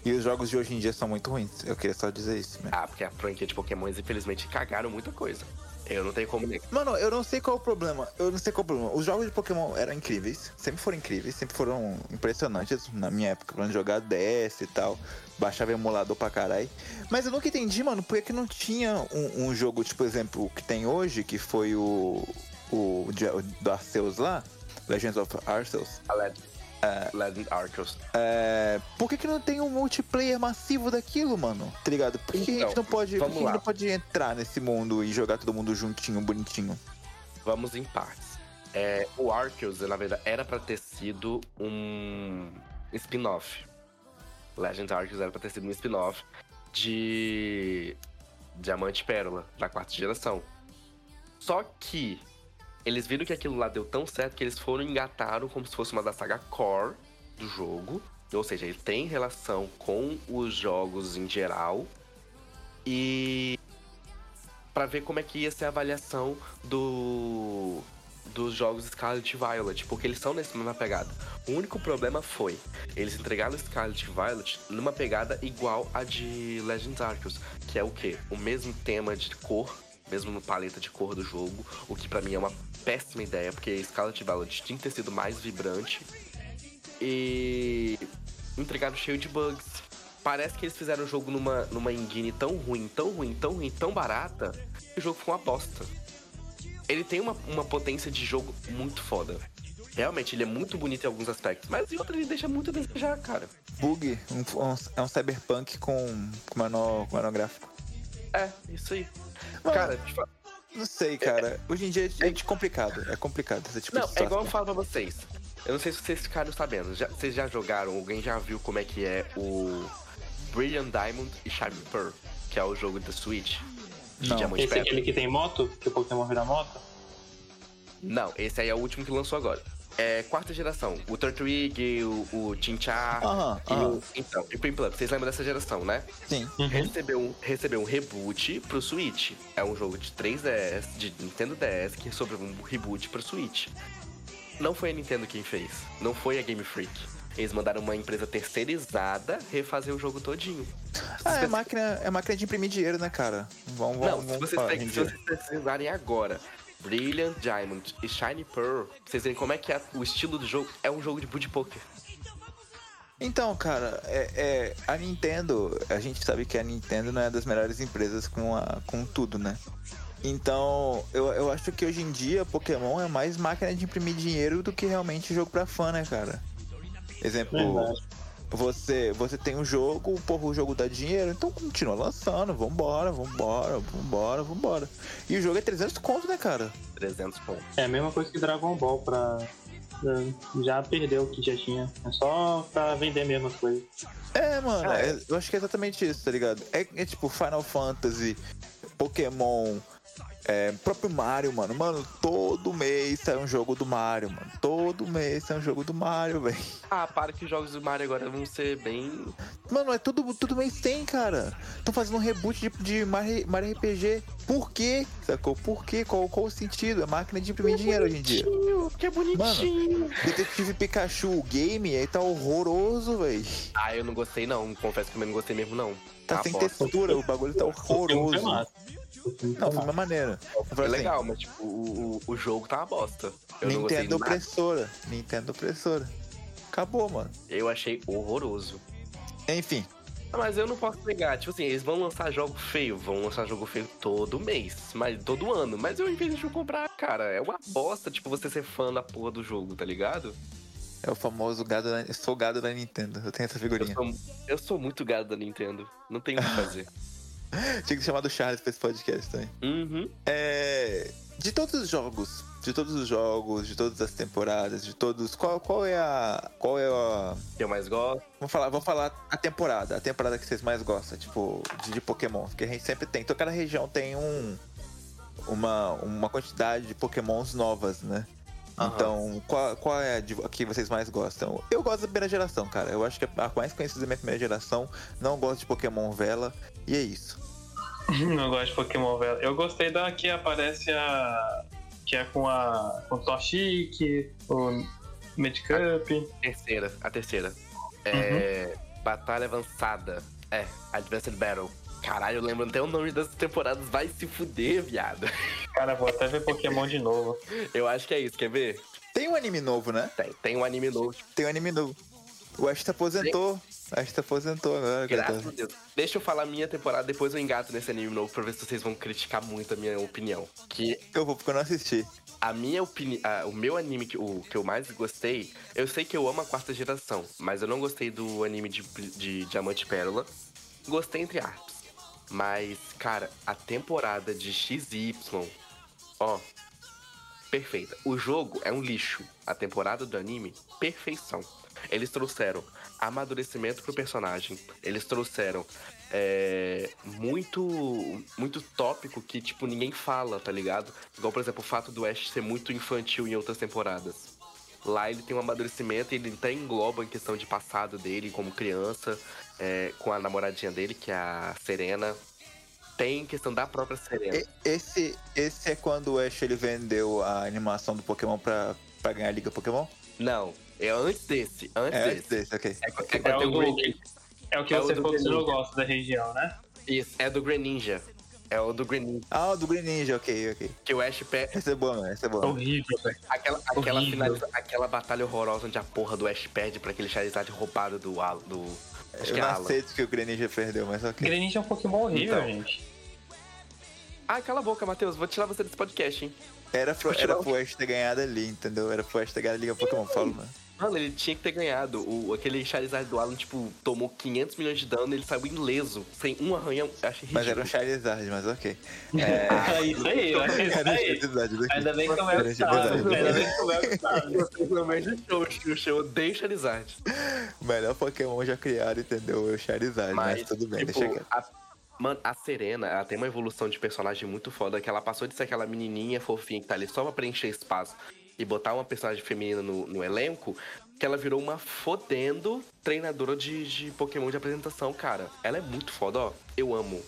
[SPEAKER 2] E os jogos de hoje em dia são muito ruins. Eu queria só dizer isso né? mesmo.
[SPEAKER 1] Ah, porque a franquia de Pokémons, infelizmente, cagaram muita coisa. Eu não tenho como negar.
[SPEAKER 2] Mano, eu não sei qual é o problema. Eu não sei qual é o problema. Os jogos de Pokémon eram incríveis. Sempre foram incríveis. Sempre foram impressionantes na minha época. Quando eu jogava DS e tal. Baixava emulador pra caralho. Mas eu nunca entendi, mano, por que que não tinha um, um jogo, tipo, exemplo, o que tem hoje, que foi o. O, de- o do Arceus lá. Legends of Arceus.
[SPEAKER 1] A Legend, Legend Arceus.
[SPEAKER 2] É, por que, que não tem um multiplayer massivo daquilo, mano? Tá ligado? Por que, que a gente
[SPEAKER 1] Então,
[SPEAKER 2] não pode. Por que
[SPEAKER 1] vamos
[SPEAKER 2] que a gente
[SPEAKER 1] lá.
[SPEAKER 2] não pode entrar nesse mundo e jogar todo mundo juntinho, bonitinho?
[SPEAKER 1] Vamos em partes. É, o Arceus, na verdade, era pra ter sido um spin-off. Legend Arceus era pra ter sido um spin-off de Diamante e Pérola, da quarta geração. Só que eles viram que aquilo lá deu tão certo que eles foram e engataram como se fosse uma da saga core do jogo. Ou seja, ele tem relação com os jogos em geral. E Pra ver como é que ia ser a avaliação do dos jogos Scarlet e Violet, porque eles são nessa mesma pegada. O único problema foi eles entregaram Scarlet e Violet numa pegada igual a de Legends Arceus, que é o quê? O mesmo tema de cor, mesmo paleta de cor do jogo, o que pra mim é uma péssima ideia, porque Scarlet e Violet tinha que ter sido mais vibrante e entregaram cheio de bugs. Parece que eles fizeram o jogo numa, numa engine tão ruim, tão ruim, tão ruim, tão barata, que o jogo ficou uma bosta. Ele tem uma, uma potência de jogo muito foda. Realmente, ele é muito bonito em alguns aspectos, mas em outros ele deixa muito a desejar, cara.
[SPEAKER 2] Bug um- um- é um cyberpunk com, com, mano, com manográfico.
[SPEAKER 1] É, isso aí.
[SPEAKER 2] Mano,
[SPEAKER 1] Cara, tipo,
[SPEAKER 2] Não sei, cara. Hoje em dia é, de complicado. É complicado esse tipo
[SPEAKER 1] Não, é
[SPEAKER 2] de situação.
[SPEAKER 1] igual eu falo pra vocês. Eu não sei se vocês ficaram sabendo. Já- vocês já jogaram, alguém já viu como é que é o Brilliant Diamond e Shining Pearl, que é o jogo da Switch? De
[SPEAKER 2] Não.
[SPEAKER 1] Diamante e
[SPEAKER 3] Esse é
[SPEAKER 1] Pérola.
[SPEAKER 3] aquele que tem moto, que o Pokémon vira moto.
[SPEAKER 1] Não, esse aí é o último que lançou agora. É quarta geração. O Turtwig, o, o Chinchar.
[SPEAKER 2] Aham,
[SPEAKER 1] e
[SPEAKER 2] aham.
[SPEAKER 1] o, então, e o Pimplup. Vocês lembram dessa geração, né?
[SPEAKER 2] Sim.
[SPEAKER 3] Uhum.
[SPEAKER 1] Recebeu, um, recebeu um reboot pro Switch. É um jogo de 3DS, de Nintendo DS, que recebeu um reboot pro Switch. Não foi a Nintendo quem fez. Não foi a Game Freak. Eles mandaram uma empresa terceirizada refazer o jogo todinho.
[SPEAKER 2] Ah, é
[SPEAKER 1] Espe-
[SPEAKER 2] máquina, é máquina de imprimir dinheiro, né, cara? Vamos,
[SPEAKER 1] não,
[SPEAKER 2] vamos,
[SPEAKER 1] se
[SPEAKER 2] vamos
[SPEAKER 1] vocês,
[SPEAKER 2] falar.
[SPEAKER 1] pe-
[SPEAKER 2] hoje em
[SPEAKER 1] se
[SPEAKER 2] dia.
[SPEAKER 1] vocês pesquisarem agora Brilliant Diamond e Shiny Pearl, pra vocês verem como é que é o estilo do jogo. É um jogo de booty poker.
[SPEAKER 2] Então, cara, é, é, a Nintendo, a gente sabe que a Nintendo não é das melhores empresas com, a, com tudo, né? Então, eu, eu acho que hoje em dia Pokémon é mais máquina de imprimir dinheiro do que realmente jogo pra fã, né, cara? Exemplo,
[SPEAKER 3] Verdade.
[SPEAKER 2] você você tem um jogo, porra, o jogo dá dinheiro, então continua lançando, vambora, vambora, vambora, vambora. E o jogo é 300 conto, né, cara?
[SPEAKER 1] 300 pontos.
[SPEAKER 3] É a mesma coisa que Dragon Ball pra. pra- Já perdeu o que já tinha. É só pra vender mesmo as coisas.
[SPEAKER 2] É, mano,
[SPEAKER 1] Ah, é.
[SPEAKER 2] é- eu acho que é exatamente isso, tá ligado? É, é tipo Final Fantasy, Pokémon, é, próprio Mario, mano. Mano, todo mês sai um jogo do Mario, mano. Todo mês sai um jogo do Mario, [LAUGHS] velho.
[SPEAKER 1] Ah, para que os jogos do Mario agora vão ser bem
[SPEAKER 2] Mano, é tudo, tudo mês tem, cara. Tô fazendo um reboot de, de Mario, Mario RPG. Por quê? Sacou? Por quê? Qual, qual o sentido? É máquina de imprimir dinheiro hoje em dia.
[SPEAKER 1] Bonitinho, que bonitinho.
[SPEAKER 2] Detetive Pikachu, o game, aí tá horroroso, velho.
[SPEAKER 1] Ah, eu não gostei não. Confesso que eu não gostei mesmo não.
[SPEAKER 2] Tá
[SPEAKER 1] Ah,
[SPEAKER 2] sem
[SPEAKER 1] bosta.
[SPEAKER 2] textura, o bagulho tá
[SPEAKER 3] O filme foi
[SPEAKER 2] horroroso.
[SPEAKER 3] massa. O filme foi
[SPEAKER 2] Não, foi
[SPEAKER 3] massa.
[SPEAKER 2] uma maneira.
[SPEAKER 1] Foi legal, mas tipo, o, o, o jogo tá uma bosta. Eu não gostei
[SPEAKER 2] Nintendo
[SPEAKER 1] nada.
[SPEAKER 2] opressora. Nintendo opressora. Acabou, mano.
[SPEAKER 1] Eu achei horroroso.
[SPEAKER 2] Enfim,
[SPEAKER 1] Ah, Mas eu não posso negar, tipo assim, eles vão lançar jogo feio, vão lançar jogo feio todo mês, mas todo ano. Mas eu infelizmente vou comprar, cara. É uma bosta, tipo, você ser fã da porra do jogo, tá ligado?
[SPEAKER 2] é o famoso gado da... eu Sou gado da Nintendo. Eu tenho essa
[SPEAKER 1] Eu
[SPEAKER 2] figurinha.
[SPEAKER 1] sou, eu sou muito gado da Nintendo. Não tem o que fazer.
[SPEAKER 2] Tinha que chamar do Charles pra esse podcast também.
[SPEAKER 1] uhum.
[SPEAKER 2] É... De todos os jogos, de todos os jogos, de todas as temporadas, de todos... Qual, qual é a... Qual é a...
[SPEAKER 1] Que eu mais gosto.
[SPEAKER 2] Vamos falar, vamos falar a temporada. A temporada que vocês mais gostam, tipo, de, de Pokémon. Porque a gente sempre tem. Então, cada região tem um... Uma, uma quantidade de Pokémons novas, né?
[SPEAKER 1] Aham.
[SPEAKER 2] Então, qual, qual é a de- a que vocês mais gostam? Eu gosto da primeira geração, cara. Eu acho que é a mais conhecida da minha primeira geração. Não gosto de Pokémon Vela. E é isso.
[SPEAKER 3] Não Hum, gosto de Pokémon Vela. Eu gostei da que aparece a. que é com a. com o Toshiki, o Medicup.
[SPEAKER 1] Terceira, a terceira. É. Batalha Avançada. É, Advanced Battle. Caralho, eu lembro até o nome das temporadas. Vai se fuder, viado. [LAUGHS]
[SPEAKER 3] Cara, vou até ver Pokémon de novo.
[SPEAKER 1] Eu acho que é isso, quer ver?
[SPEAKER 2] Tem um anime novo, né?
[SPEAKER 1] Tem, tem um anime novo.
[SPEAKER 2] Tem um anime novo. O Ashita aposentou. O Ashita aposentou né? agora,
[SPEAKER 1] Graças a
[SPEAKER 2] coitado.
[SPEAKER 1] Deus. Deixa eu falar a minha temporada, depois eu engato nesse anime novo pra ver se vocês vão criticar muito a minha opinião. Que
[SPEAKER 2] Então, Eu vou porque eu não assisti.
[SPEAKER 1] a minha opinião. O meu anime que, o, que eu mais gostei. Eu sei que eu amo a quarta geração, mas eu não gostei do anime de, de Diamante e Pérola. Gostei entre aspas. Mas, cara, a temporada de XY, ó, perfeita. O jogo é um lixo. A temporada do anime, perfeição. Eles trouxeram amadurecimento pro personagem. Eles trouxeram é, muito muito tópico que, tipo, ninguém fala, tá ligado? Igual, por exemplo, o fato do Ash ser muito infantil em outras temporadas. Lá ele tem um amadurecimento e ele até engloba em questão de passado dele como criança, é, com a namoradinha dele, que é a Serena. Tem questão da própria Serena.
[SPEAKER 2] E- Esse, esse é quando o Ash ele vendeu a animação do Pokémon pra, pra ganhar a Liga Pokémon?
[SPEAKER 1] Não, é antes desse. Antes
[SPEAKER 2] É,
[SPEAKER 1] desse.
[SPEAKER 2] antes desse, ok.
[SPEAKER 1] É, é,
[SPEAKER 3] É
[SPEAKER 1] quando tem
[SPEAKER 3] o
[SPEAKER 1] o
[SPEAKER 3] do.
[SPEAKER 1] Greninja.
[SPEAKER 3] É o que
[SPEAKER 1] É o
[SPEAKER 3] você
[SPEAKER 1] do
[SPEAKER 3] falou que você não
[SPEAKER 1] Greninja.
[SPEAKER 3] gosta da região, né?
[SPEAKER 1] Isso, é do Greninja. É o do Greninja.
[SPEAKER 2] Ah, o do Green Ninja, ok, ok.
[SPEAKER 1] Que o Ash pega.
[SPEAKER 2] Essa é boa, mano, essa é boa.
[SPEAKER 3] Horrível, velho.
[SPEAKER 1] Aquela, aquela,
[SPEAKER 3] Horrível.
[SPEAKER 1] finaliza- aquela batalha horrorosa onde a porra do Ash perde pra aquele Charizard roubado do. Al- do acho
[SPEAKER 2] Eu
[SPEAKER 1] que é
[SPEAKER 2] não
[SPEAKER 1] Alan.
[SPEAKER 2] aceito que o Green Ninja perdeu, mas ok.
[SPEAKER 3] Greninja é um Pokémon horrível,
[SPEAKER 1] Então.
[SPEAKER 3] gente.
[SPEAKER 1] Ah, cala a boca, Matheus. Vou tirar você desse podcast, hein?
[SPEAKER 2] Era pro,
[SPEAKER 1] Futebol.
[SPEAKER 2] era pro Ash ter ganhado ali, entendeu? Era pro Ash ter ganhado a Liga Pokémon, né? fala, mano.
[SPEAKER 1] Mano, ele tinha que ter ganhado. O, aquele Charizard do Alan, tipo, tomou 500 milhões de dano ele saiu ileso, sem um arranhão. Eu achei
[SPEAKER 2] Mas era
[SPEAKER 1] ridículo.
[SPEAKER 2] [LAUGHS] um Charizard, mas ok.
[SPEAKER 3] É isso aí, eu acho que é isso
[SPEAKER 2] Era um [LAUGHS]
[SPEAKER 3] aí.
[SPEAKER 2] Charizard daqui.
[SPEAKER 3] Ainda bem que eu
[SPEAKER 2] Era
[SPEAKER 3] me
[SPEAKER 2] de
[SPEAKER 3] sabe.
[SPEAKER 2] verdade.
[SPEAKER 3] Ainda bem que eu me sabe.
[SPEAKER 1] Vocês não mexem no show, Xuxa, Eu odeio Charizard.
[SPEAKER 2] O melhor Pokémon já criado, entendeu? É o Charizard, mas, tudo bem,
[SPEAKER 1] tipo,
[SPEAKER 2] deixa quieto.
[SPEAKER 1] a- Mano, a Serena, ela tem uma evolução de personagem muito foda, que ela passou de ser aquela menininha fofinha que tá ali só pra preencher espaço e botar uma personagem feminina no, no elenco, que ela virou uma fodendo treinadora de, de Pokémon de apresentação, cara. Ela é muito foda, ó. Eu amo.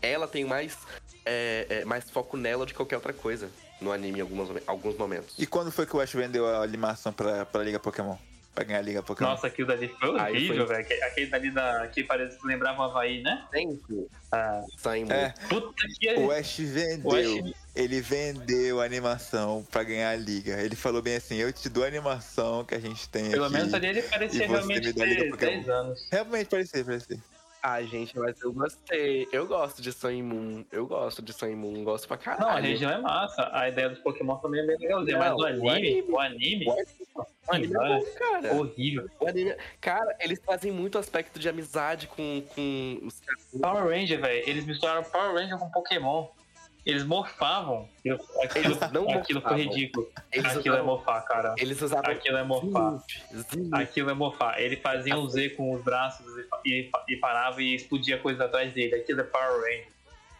[SPEAKER 1] Ela tem mais, é, é, mais foco nela do que qualquer outra coisa no anime em algumas, alguns momentos.
[SPEAKER 2] E quando foi que o Ash vendeu a animação pra, pra Liga Pokémon? Pra ganhar a Liga Pokémon?
[SPEAKER 3] Nossa, aquilo dali foi
[SPEAKER 1] Aí
[SPEAKER 3] horrível,
[SPEAKER 1] foi.
[SPEAKER 3] velho. Aquele- Aquele dali da, que parece que lembrava o Havaí, né?
[SPEAKER 1] Sempre.
[SPEAKER 3] Ah,
[SPEAKER 1] Sangue.
[SPEAKER 2] É,
[SPEAKER 3] puta que [LAUGHS]
[SPEAKER 2] o Ash vendeu.
[SPEAKER 3] O Ash-
[SPEAKER 2] Ele vendeu a animação pra ganhar a Liga. Ele falou bem assim, eu te dou a animação que a gente tem
[SPEAKER 3] Pelo
[SPEAKER 2] aqui.
[SPEAKER 3] menos ali ele
[SPEAKER 2] E
[SPEAKER 3] parecia
[SPEAKER 2] você me
[SPEAKER 3] realmente
[SPEAKER 2] dá liga
[SPEAKER 3] ter
[SPEAKER 2] pro Pokémon.
[SPEAKER 3] 10 anos.
[SPEAKER 2] Realmente parecia, parecia.
[SPEAKER 1] Ai, gente, mas eu gostei. Eu gosto de Sun e Moon. Eu gosto de Sun e Moon. Gosto pra caralho.
[SPEAKER 3] Não, a região é massa. A ideia dos Pokémon também é bem legalzinha.
[SPEAKER 1] Não,
[SPEAKER 3] Mas o
[SPEAKER 1] o
[SPEAKER 3] anime, o anime,
[SPEAKER 1] O anime é bom, cara.
[SPEAKER 3] horrível.
[SPEAKER 1] O anime- Cara, eles fazem muito aspecto de amizade com, com os caras.
[SPEAKER 3] Power Ranger, velho. Eles misturaram Power Ranger com Pokémon. Eles morfavam. Eu- Aquilo,
[SPEAKER 1] Eles não
[SPEAKER 3] aquilo foi
[SPEAKER 1] morfavam.
[SPEAKER 3] ridículo.
[SPEAKER 1] Eles
[SPEAKER 3] aquilo é
[SPEAKER 1] usavam,
[SPEAKER 3] morfar, cara.
[SPEAKER 1] eles usavam
[SPEAKER 3] Aquilo é morfar.
[SPEAKER 1] Zinf,
[SPEAKER 3] Aquilo é morfar. Ele fazia um Z com os braços e, pa- e pa- e parava e explodia coisas atrás dele. Aquilo é Power Ranger.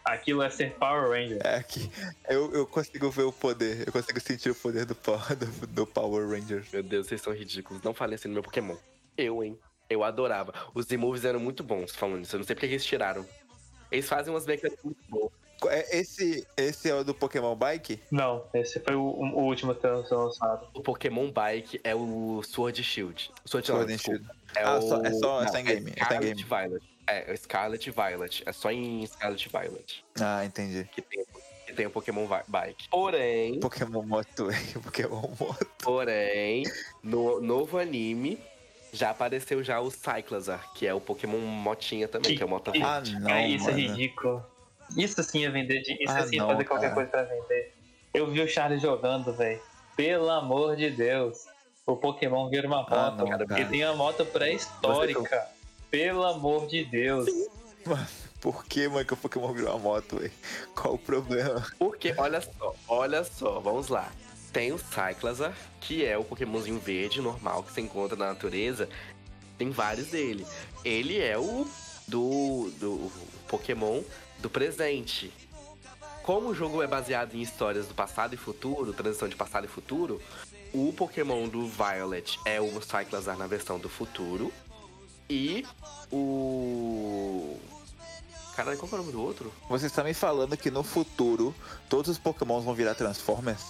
[SPEAKER 3] Aquilo é ser Power Ranger.
[SPEAKER 2] É que eu, eu consigo ver o poder, eu consigo sentir o poder do, Pow- [LAUGHS] do, do Power Ranger.
[SPEAKER 1] Meu Deus, vocês são ridículos. Não falem assim no meu Pokémon. Eu, hein? Eu adorava. Os Z-Moves eram muito bons falando isso. Eu não sei porque eles tiraram. Eles fazem umas mecânicas muito boas.
[SPEAKER 2] Qu- é- Esse, esse é o do Pokémon Bike?
[SPEAKER 3] Não, esse foi o, o último que foi lançado.
[SPEAKER 1] O Pokémon Bike é o Sword Shield. Sword, não,
[SPEAKER 2] Sword and
[SPEAKER 1] desculpa.
[SPEAKER 2] Shield.
[SPEAKER 1] É
[SPEAKER 2] Ah,
[SPEAKER 1] o...
[SPEAKER 2] só- é só- é só em
[SPEAKER 1] Não,
[SPEAKER 2] game, é só em
[SPEAKER 1] Scarlet
[SPEAKER 2] game.
[SPEAKER 1] Violet. É, é Scarlet Violet. É só em Scarlet Violet
[SPEAKER 2] Ah, entendi.
[SPEAKER 1] que tem, que tem o Pokémon Vi- Bike. Porém,
[SPEAKER 2] Pokémon Moto, é, [LAUGHS] Pokémon Moto.
[SPEAKER 1] porém, no novo anime já apareceu já o Cyclazar, que é o Pokémon Motinha também, que é o Mota
[SPEAKER 3] que-
[SPEAKER 2] Ah,
[SPEAKER 1] Verde.
[SPEAKER 2] não,
[SPEAKER 3] Cara, isso é
[SPEAKER 2] mano.
[SPEAKER 3] ridículo. Isso sim é vender dinheiro. Isso
[SPEAKER 2] Ah,
[SPEAKER 3] sim é
[SPEAKER 2] não,
[SPEAKER 3] fazer qualquer
[SPEAKER 2] cara.
[SPEAKER 3] coisa pra vender. Eu vi o Charles jogando, velho. Pelo amor de Deus. O Pokémon vira uma moto,
[SPEAKER 2] Ah, não,
[SPEAKER 3] cara. Porque
[SPEAKER 2] cara.
[SPEAKER 3] tem uma moto
[SPEAKER 2] Você
[SPEAKER 3] pré-histórica. Pelo amor de Deus.
[SPEAKER 2] Por que, mano, que o Pokémon virou uma moto, velho? Qual o problema?
[SPEAKER 1] Porque, olha só, olha só, vamos lá. Tem o Cyclazar, que é o Pokémonzinho verde normal que você encontra na natureza. Tem vários dele. Ele é o do, do Pokémon do presente. Como o jogo é baseado em histórias do passado e futuro, transição de passado e futuro, o Pokémon do Violet é o Cyclazar na versão do futuro. E o.
[SPEAKER 4] Caralho, qual que é o nome do outro?
[SPEAKER 2] Vocês estão me falando que no futuro todos os Pokémons vão virar Transformers?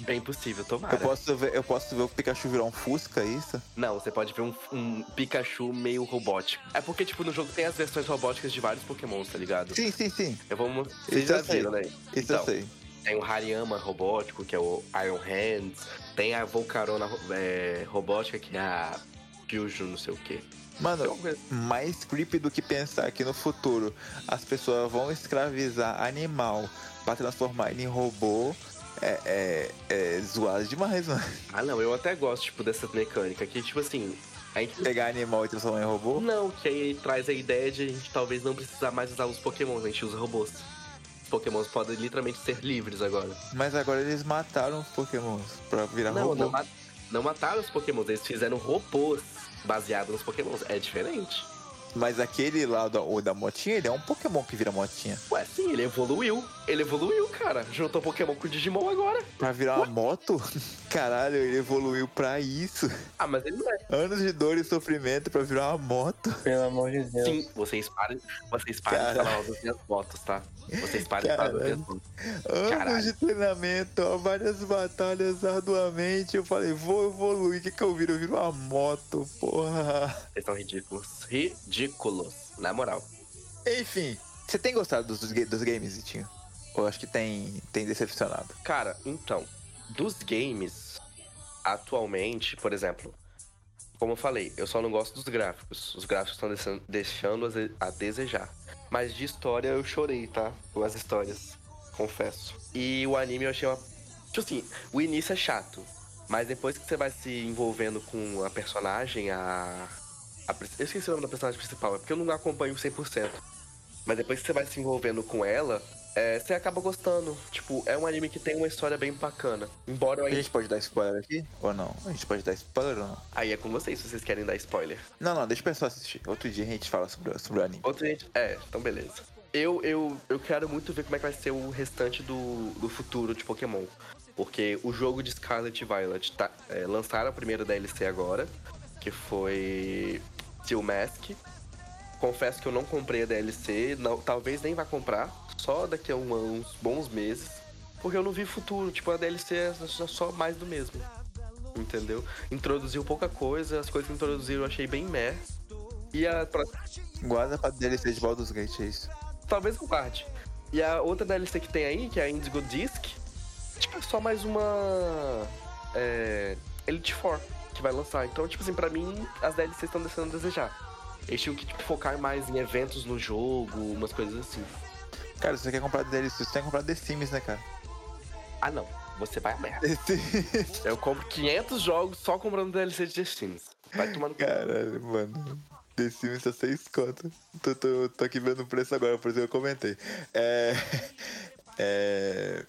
[SPEAKER 1] Bem possível, É tomara.
[SPEAKER 2] Eu posso, ver, eu posso ver o Pikachu virar um Fusca, é isso?
[SPEAKER 1] Não, você pode ver um, um Pikachu meio robótico. É porque, tipo, no jogo tem as versões robóticas de vários Pokémons, tá ligado?
[SPEAKER 2] Sim, sim, sim.
[SPEAKER 1] Eu vou mostrar. Vocês
[SPEAKER 2] Isso eu
[SPEAKER 1] já
[SPEAKER 2] sei.
[SPEAKER 1] viram, né?
[SPEAKER 2] Isso eu
[SPEAKER 1] Então,
[SPEAKER 2] sei.
[SPEAKER 1] Tem o Hariyama robótico, que é o Iron Hands. Tem a Volcarona ro- é, robótica, que é a Fusion, não sei o quê.
[SPEAKER 2] Mano,
[SPEAKER 1] Então,
[SPEAKER 2] mais creepy do que pensar que no futuro as pessoas vão escravizar animal pra transformar ele em robô é, é, é zoado demais, mano. [LAUGHS]
[SPEAKER 1] Ah, não, eu até gosto, tipo, dessa mecânica que, tipo assim, a gente
[SPEAKER 2] Pegar animal e transformar em robô.
[SPEAKER 1] Não, que aí traz a ideia de a gente talvez não precisar mais usar os pokémons, a gente usa robôs. Os pokémons podem literalmente ser livres agora.
[SPEAKER 2] Mas agora eles mataram os pokémons pra virar
[SPEAKER 1] não,
[SPEAKER 2] robô.
[SPEAKER 1] não, ma- não mataram os pokémons, eles fizeram robôs baseados nos pokémons. É diferente.
[SPEAKER 2] Mas aquele lá da, o da motinha, ele é um pokémon que vira motinha.
[SPEAKER 1] Ué, sim, ele evoluiu. Ele evoluiu, cara. Juntou pokémon com o Digimon agora.
[SPEAKER 2] Pra virar uma moto? [LAUGHS] Caralho, ele evoluiu pra isso.
[SPEAKER 1] Ah, mas ele não é.
[SPEAKER 2] Anos de dor e sofrimento pra virar uma moto.
[SPEAKER 3] Pelo amor de Deus.
[SPEAKER 1] Sim, assim. vocês parem, vocês parem de
[SPEAKER 2] Cara.
[SPEAKER 1] falar das minhas motos, tá? Vocês parem de falar das minhas motos.
[SPEAKER 2] Anos
[SPEAKER 1] Caralho.
[SPEAKER 2] de treinamento, ó, várias batalhas arduamente. Eu falei, vou evoluir. O que, que eu viro? Eu viro uma moto, porra.
[SPEAKER 1] Vocês são ridículos. Ridículos. Na moral.
[SPEAKER 2] Enfim, você tem gostado dos, dos ga- dos games, Vitinho? Eu acho que tem, tem decepcionado.
[SPEAKER 1] Cara, então, dos games, atualmente, por exemplo, como eu falei, eu só não gosto dos gráficos. Os gráficos estão deixando, deixando a ze- a desejar. Mas de história eu chorei, tá? Com as histórias, confesso. E o anime eu achei uma. Tipo assim, o início é chato. Mas depois que você vai se envolvendo com a personagem, a. a prin- eu esqueci o nome da personagem principal, é porque eu não acompanho 100%. Mas depois que você vai se envolvendo com ela, é, você acaba gostando. Tipo, é um anime que tem uma história bem bacana. Embora eu
[SPEAKER 2] A
[SPEAKER 1] ainda.
[SPEAKER 2] gente pode dar spoiler aqui? Ou não? A gente pode dar spoiler ou não?
[SPEAKER 1] Aí é com vocês se vocês querem dar spoiler.
[SPEAKER 2] Não, não, deixa o pessoal assistir. Outro dia a gente fala sobre, sobre o anime.
[SPEAKER 1] Outra gente. É, então beleza. Eu, eu, eu quero muito ver como é que vai ser o restante do, do futuro de Pokémon. Porque o jogo de Scarlet e Violet tá, é, lançaram a primeira DLC agora, que foi Steel Mask. Confesso que eu não comprei a DLC, não- talvez nem vá comprar, só daqui a um- uns bons meses. Porque eu não vi futuro, tipo, a DLC é só- só mais do mesmo. Entendeu? Introduziu pouca coisa, as coisas que introduziram eu achei bem meh. E a próxima
[SPEAKER 2] Guarda pra DLC de Baldur's Gate, é isso.
[SPEAKER 1] talvez eu guarde. E a outra DLC que tem aí, que é a Indigo Disc, tipo, é só mais uma é, Elite Four que vai lançar. Então, tipo assim, pra mim, as DLCs estão deixando a desejar. Eles tinham que tipo, focar mais em eventos no jogo, umas coisas assim.
[SPEAKER 2] Cara, se você quer comprar DLC, você tem que comprar The Sims, né, cara?
[SPEAKER 1] Ah, não. Você vai a merda.
[SPEAKER 2] The Sims.
[SPEAKER 1] Eu compro 500 jogos só comprando DLC de The Sims. Vai tomando...
[SPEAKER 2] Caralho, mano. The Sims tá seis conto. Tô, tô, tô aqui vendo o preço agora, por isso que eu comentei. É... [LAUGHS] É...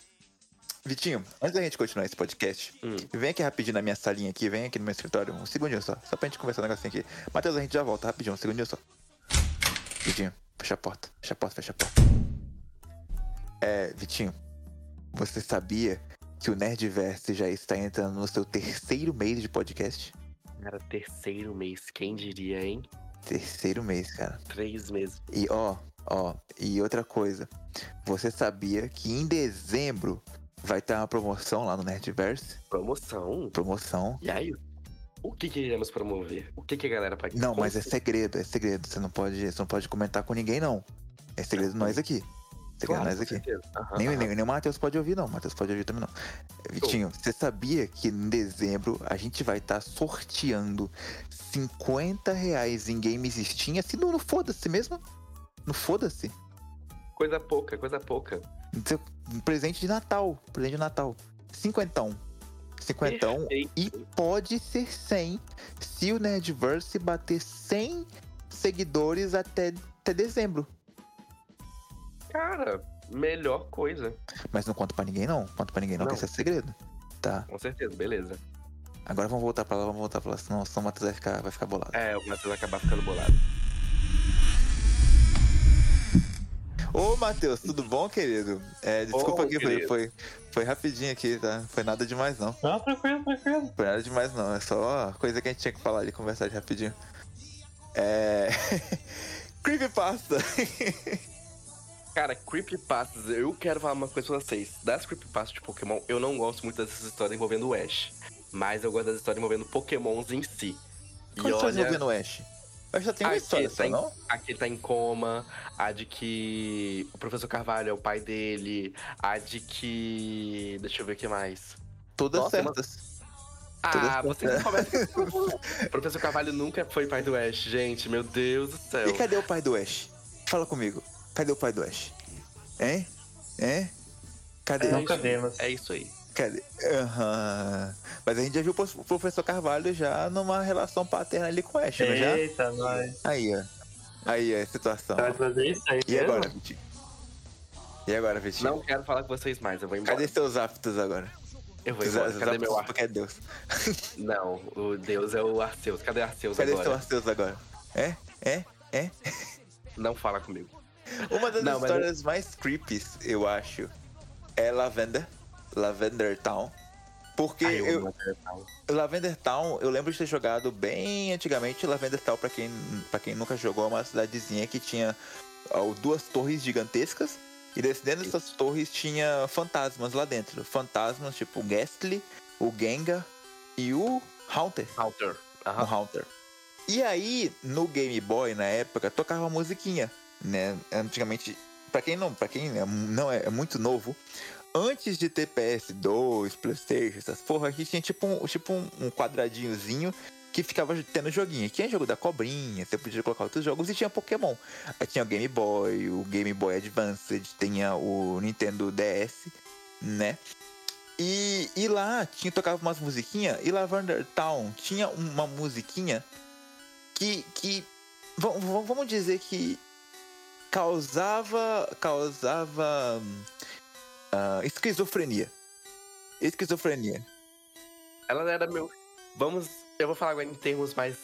[SPEAKER 2] Vitinho, antes da gente continuar esse podcast,
[SPEAKER 1] Hum.
[SPEAKER 2] vem aqui rapidinho na minha salinha aqui, vem aqui no meu escritório, um segundinho só, só pra gente conversar um negocinho aqui. Matheus, a gente já volta, rapidinho, um segundinho só. Vitinho, fecha a porta, fecha a porta, fecha a porta. É, Vitinho, você sabia que o Nerdverse já está entrando no seu terceiro mês de podcast?
[SPEAKER 1] Cara, terceiro mês, quem diria, hein?
[SPEAKER 2] Terceiro mês, cara.
[SPEAKER 1] Três meses.
[SPEAKER 2] E ó, ó, e outra coisa. Você sabia que em dezembro vai ter uma promoção lá no Nerdverse?
[SPEAKER 1] Promoção.
[SPEAKER 2] Promoção.
[SPEAKER 1] E aí? O que que iremos promover? O que que a galera pode...
[SPEAKER 2] Não, mas
[SPEAKER 1] Como-
[SPEAKER 2] é
[SPEAKER 1] assim?
[SPEAKER 2] segredo, é segredo. Você não pode, você não pode comentar com ninguém não. É segredo nós aqui. Segredo nós
[SPEAKER 1] com
[SPEAKER 2] aqui.
[SPEAKER 1] certeza. Aham,
[SPEAKER 2] Nem,
[SPEAKER 1] aham.
[SPEAKER 2] nem, nem o Matheus pode ouvir, não. O Matheus pode ouvir também, não. Vitinho, você sabia que em dezembro a gente vai estar sorteando 50 reais em games Steam? Assim, não, não foda-se mesmo? Não foda-se?
[SPEAKER 1] Coisa pouca, coisa pouca.
[SPEAKER 2] Seu presente de Natal. Presente de Natal. Cinquentão. Cinquentão.
[SPEAKER 1] Perfeito.
[SPEAKER 2] E pode ser 100 se o Nerdverse bater 100 seguidores até, até dezembro.
[SPEAKER 1] Cara, melhor coisa.
[SPEAKER 2] Mas não conta pra ninguém, não. Conta pra ninguém, não,
[SPEAKER 1] Não.
[SPEAKER 2] que isso é segredo. Tá.
[SPEAKER 1] Com certeza, beleza.
[SPEAKER 2] Agora vamos voltar pra lá, vamos voltar pra lá, senão, senão o Matheus vai ficar, vai ficar bolado.
[SPEAKER 1] É, o Matheus vai acabar ficando bolado.
[SPEAKER 2] Ô, Matheus, tudo bom, querido? É, desculpa
[SPEAKER 1] Ô,
[SPEAKER 2] aqui, foi,
[SPEAKER 1] querido.
[SPEAKER 2] foi, foi rapidinho aqui, tá? Foi nada demais, não.
[SPEAKER 3] Não, tranquilo, tranquilo.
[SPEAKER 2] Foi nada demais, não. É só coisa que a gente tinha que falar ali, [LAUGHS] conversar de rapidinho. É. Creepypasta.
[SPEAKER 1] Cara, creepypastas, eu quero falar uma coisa pra vocês. Das creepypastas de Pokémon, eu não gosto muito dessas histórias envolvendo o Ash. Mas eu gosto das histórias envolvendo Pokémons em si. E
[SPEAKER 2] Quando você tá
[SPEAKER 1] olha,
[SPEAKER 2] envolvendo o Ash? O Ash já tem uma
[SPEAKER 1] Aqui,
[SPEAKER 2] história só,
[SPEAKER 1] tem-
[SPEAKER 2] não?
[SPEAKER 1] a que ele tá em coma, a de que o professor Carvalho é o pai dele, a de que. Deixa eu ver o que mais.
[SPEAKER 2] Todas
[SPEAKER 1] Nossa,
[SPEAKER 2] certas.
[SPEAKER 1] Ah,
[SPEAKER 2] Todas-
[SPEAKER 1] vocês não
[SPEAKER 2] [LAUGHS]
[SPEAKER 1] começam. o professor Carvalho nunca foi pai do Ash, gente. Meu Deus do céu.
[SPEAKER 2] E cadê o pai do Ash? Fala comigo. Cadê o pai do Ash? Hein? Hein? Cadê?
[SPEAKER 1] É
[SPEAKER 3] Nunca
[SPEAKER 1] isso.
[SPEAKER 3] vemos.
[SPEAKER 1] É isso aí.
[SPEAKER 2] Cadê? Aham. Mas a gente já viu o pos- o professor Carvalho já numa relação paterna ali com o Ash, não
[SPEAKER 1] É.
[SPEAKER 2] é já?
[SPEAKER 3] Eita, nós.
[SPEAKER 2] Aí, ó. Aí, ó, a situação.
[SPEAKER 1] Tá
[SPEAKER 3] Você vai trazer isso aí
[SPEAKER 2] E
[SPEAKER 3] mesmo?
[SPEAKER 2] agora, Vitinho? E agora, Vitinho?
[SPEAKER 1] Não quero falar com vocês mais, eu vou embora.
[SPEAKER 2] Cadê seus aptos agora?
[SPEAKER 1] Eu vou embora.
[SPEAKER 2] Seus
[SPEAKER 1] Cadê meu
[SPEAKER 2] aptos
[SPEAKER 1] ar?
[SPEAKER 2] porque é Deus.
[SPEAKER 1] Não, o Deus é o Arceus. Cadê Arceus
[SPEAKER 2] [LAUGHS] Cadê
[SPEAKER 1] agora?
[SPEAKER 2] seus aptos agora? É? É? É?
[SPEAKER 1] Não fala comigo.
[SPEAKER 2] Uma das
[SPEAKER 1] Não, mas
[SPEAKER 2] histórias mais creepies, eu acho, é Lavender. Lavender Town. Porque
[SPEAKER 1] Ai,
[SPEAKER 2] eu,
[SPEAKER 1] amo Lavender Town.
[SPEAKER 2] Lavender Town, eu lembro de ter jogado bem antigamente. Lavender Town, pra quem, pra quem nunca jogou, é uma cidadezinha que tinha ó, duas torres gigantescas. E desse- dentro dessas torres tinha fantasmas lá dentro. Fantasmas tipo o Ghastly, o Gengar e o Haunter.
[SPEAKER 1] Halter.
[SPEAKER 2] O
[SPEAKER 1] Aham.
[SPEAKER 2] Haunter. E aí, no Game Boy, na época, tocava uma musiquinha, né? Antigamente, pra quem não, para quem é- não é, é muito novo, antes de ter PS2, PlayStation, essas porra, aqui tinha tipo um, tipo um, um quadradinhozinho que ficava tendo joguinho. Aqui Tinha jogo da cobrinha, você podia colocar outros jogos e tinha Pokémon. Aí tinha o Game Boy, o Game Boy Advanced, tinha o Nintendo DS, né? E, e lá tinha, tocava umas musiquinhas, e Lavender Town tinha uma musiquinha que. que va- va- vamos dizer que causava. causava. hum, ah, esquizofrenia. Esquizofrenia.
[SPEAKER 1] Ela era meu. Vamos. Eu vou falar agora em termos mais,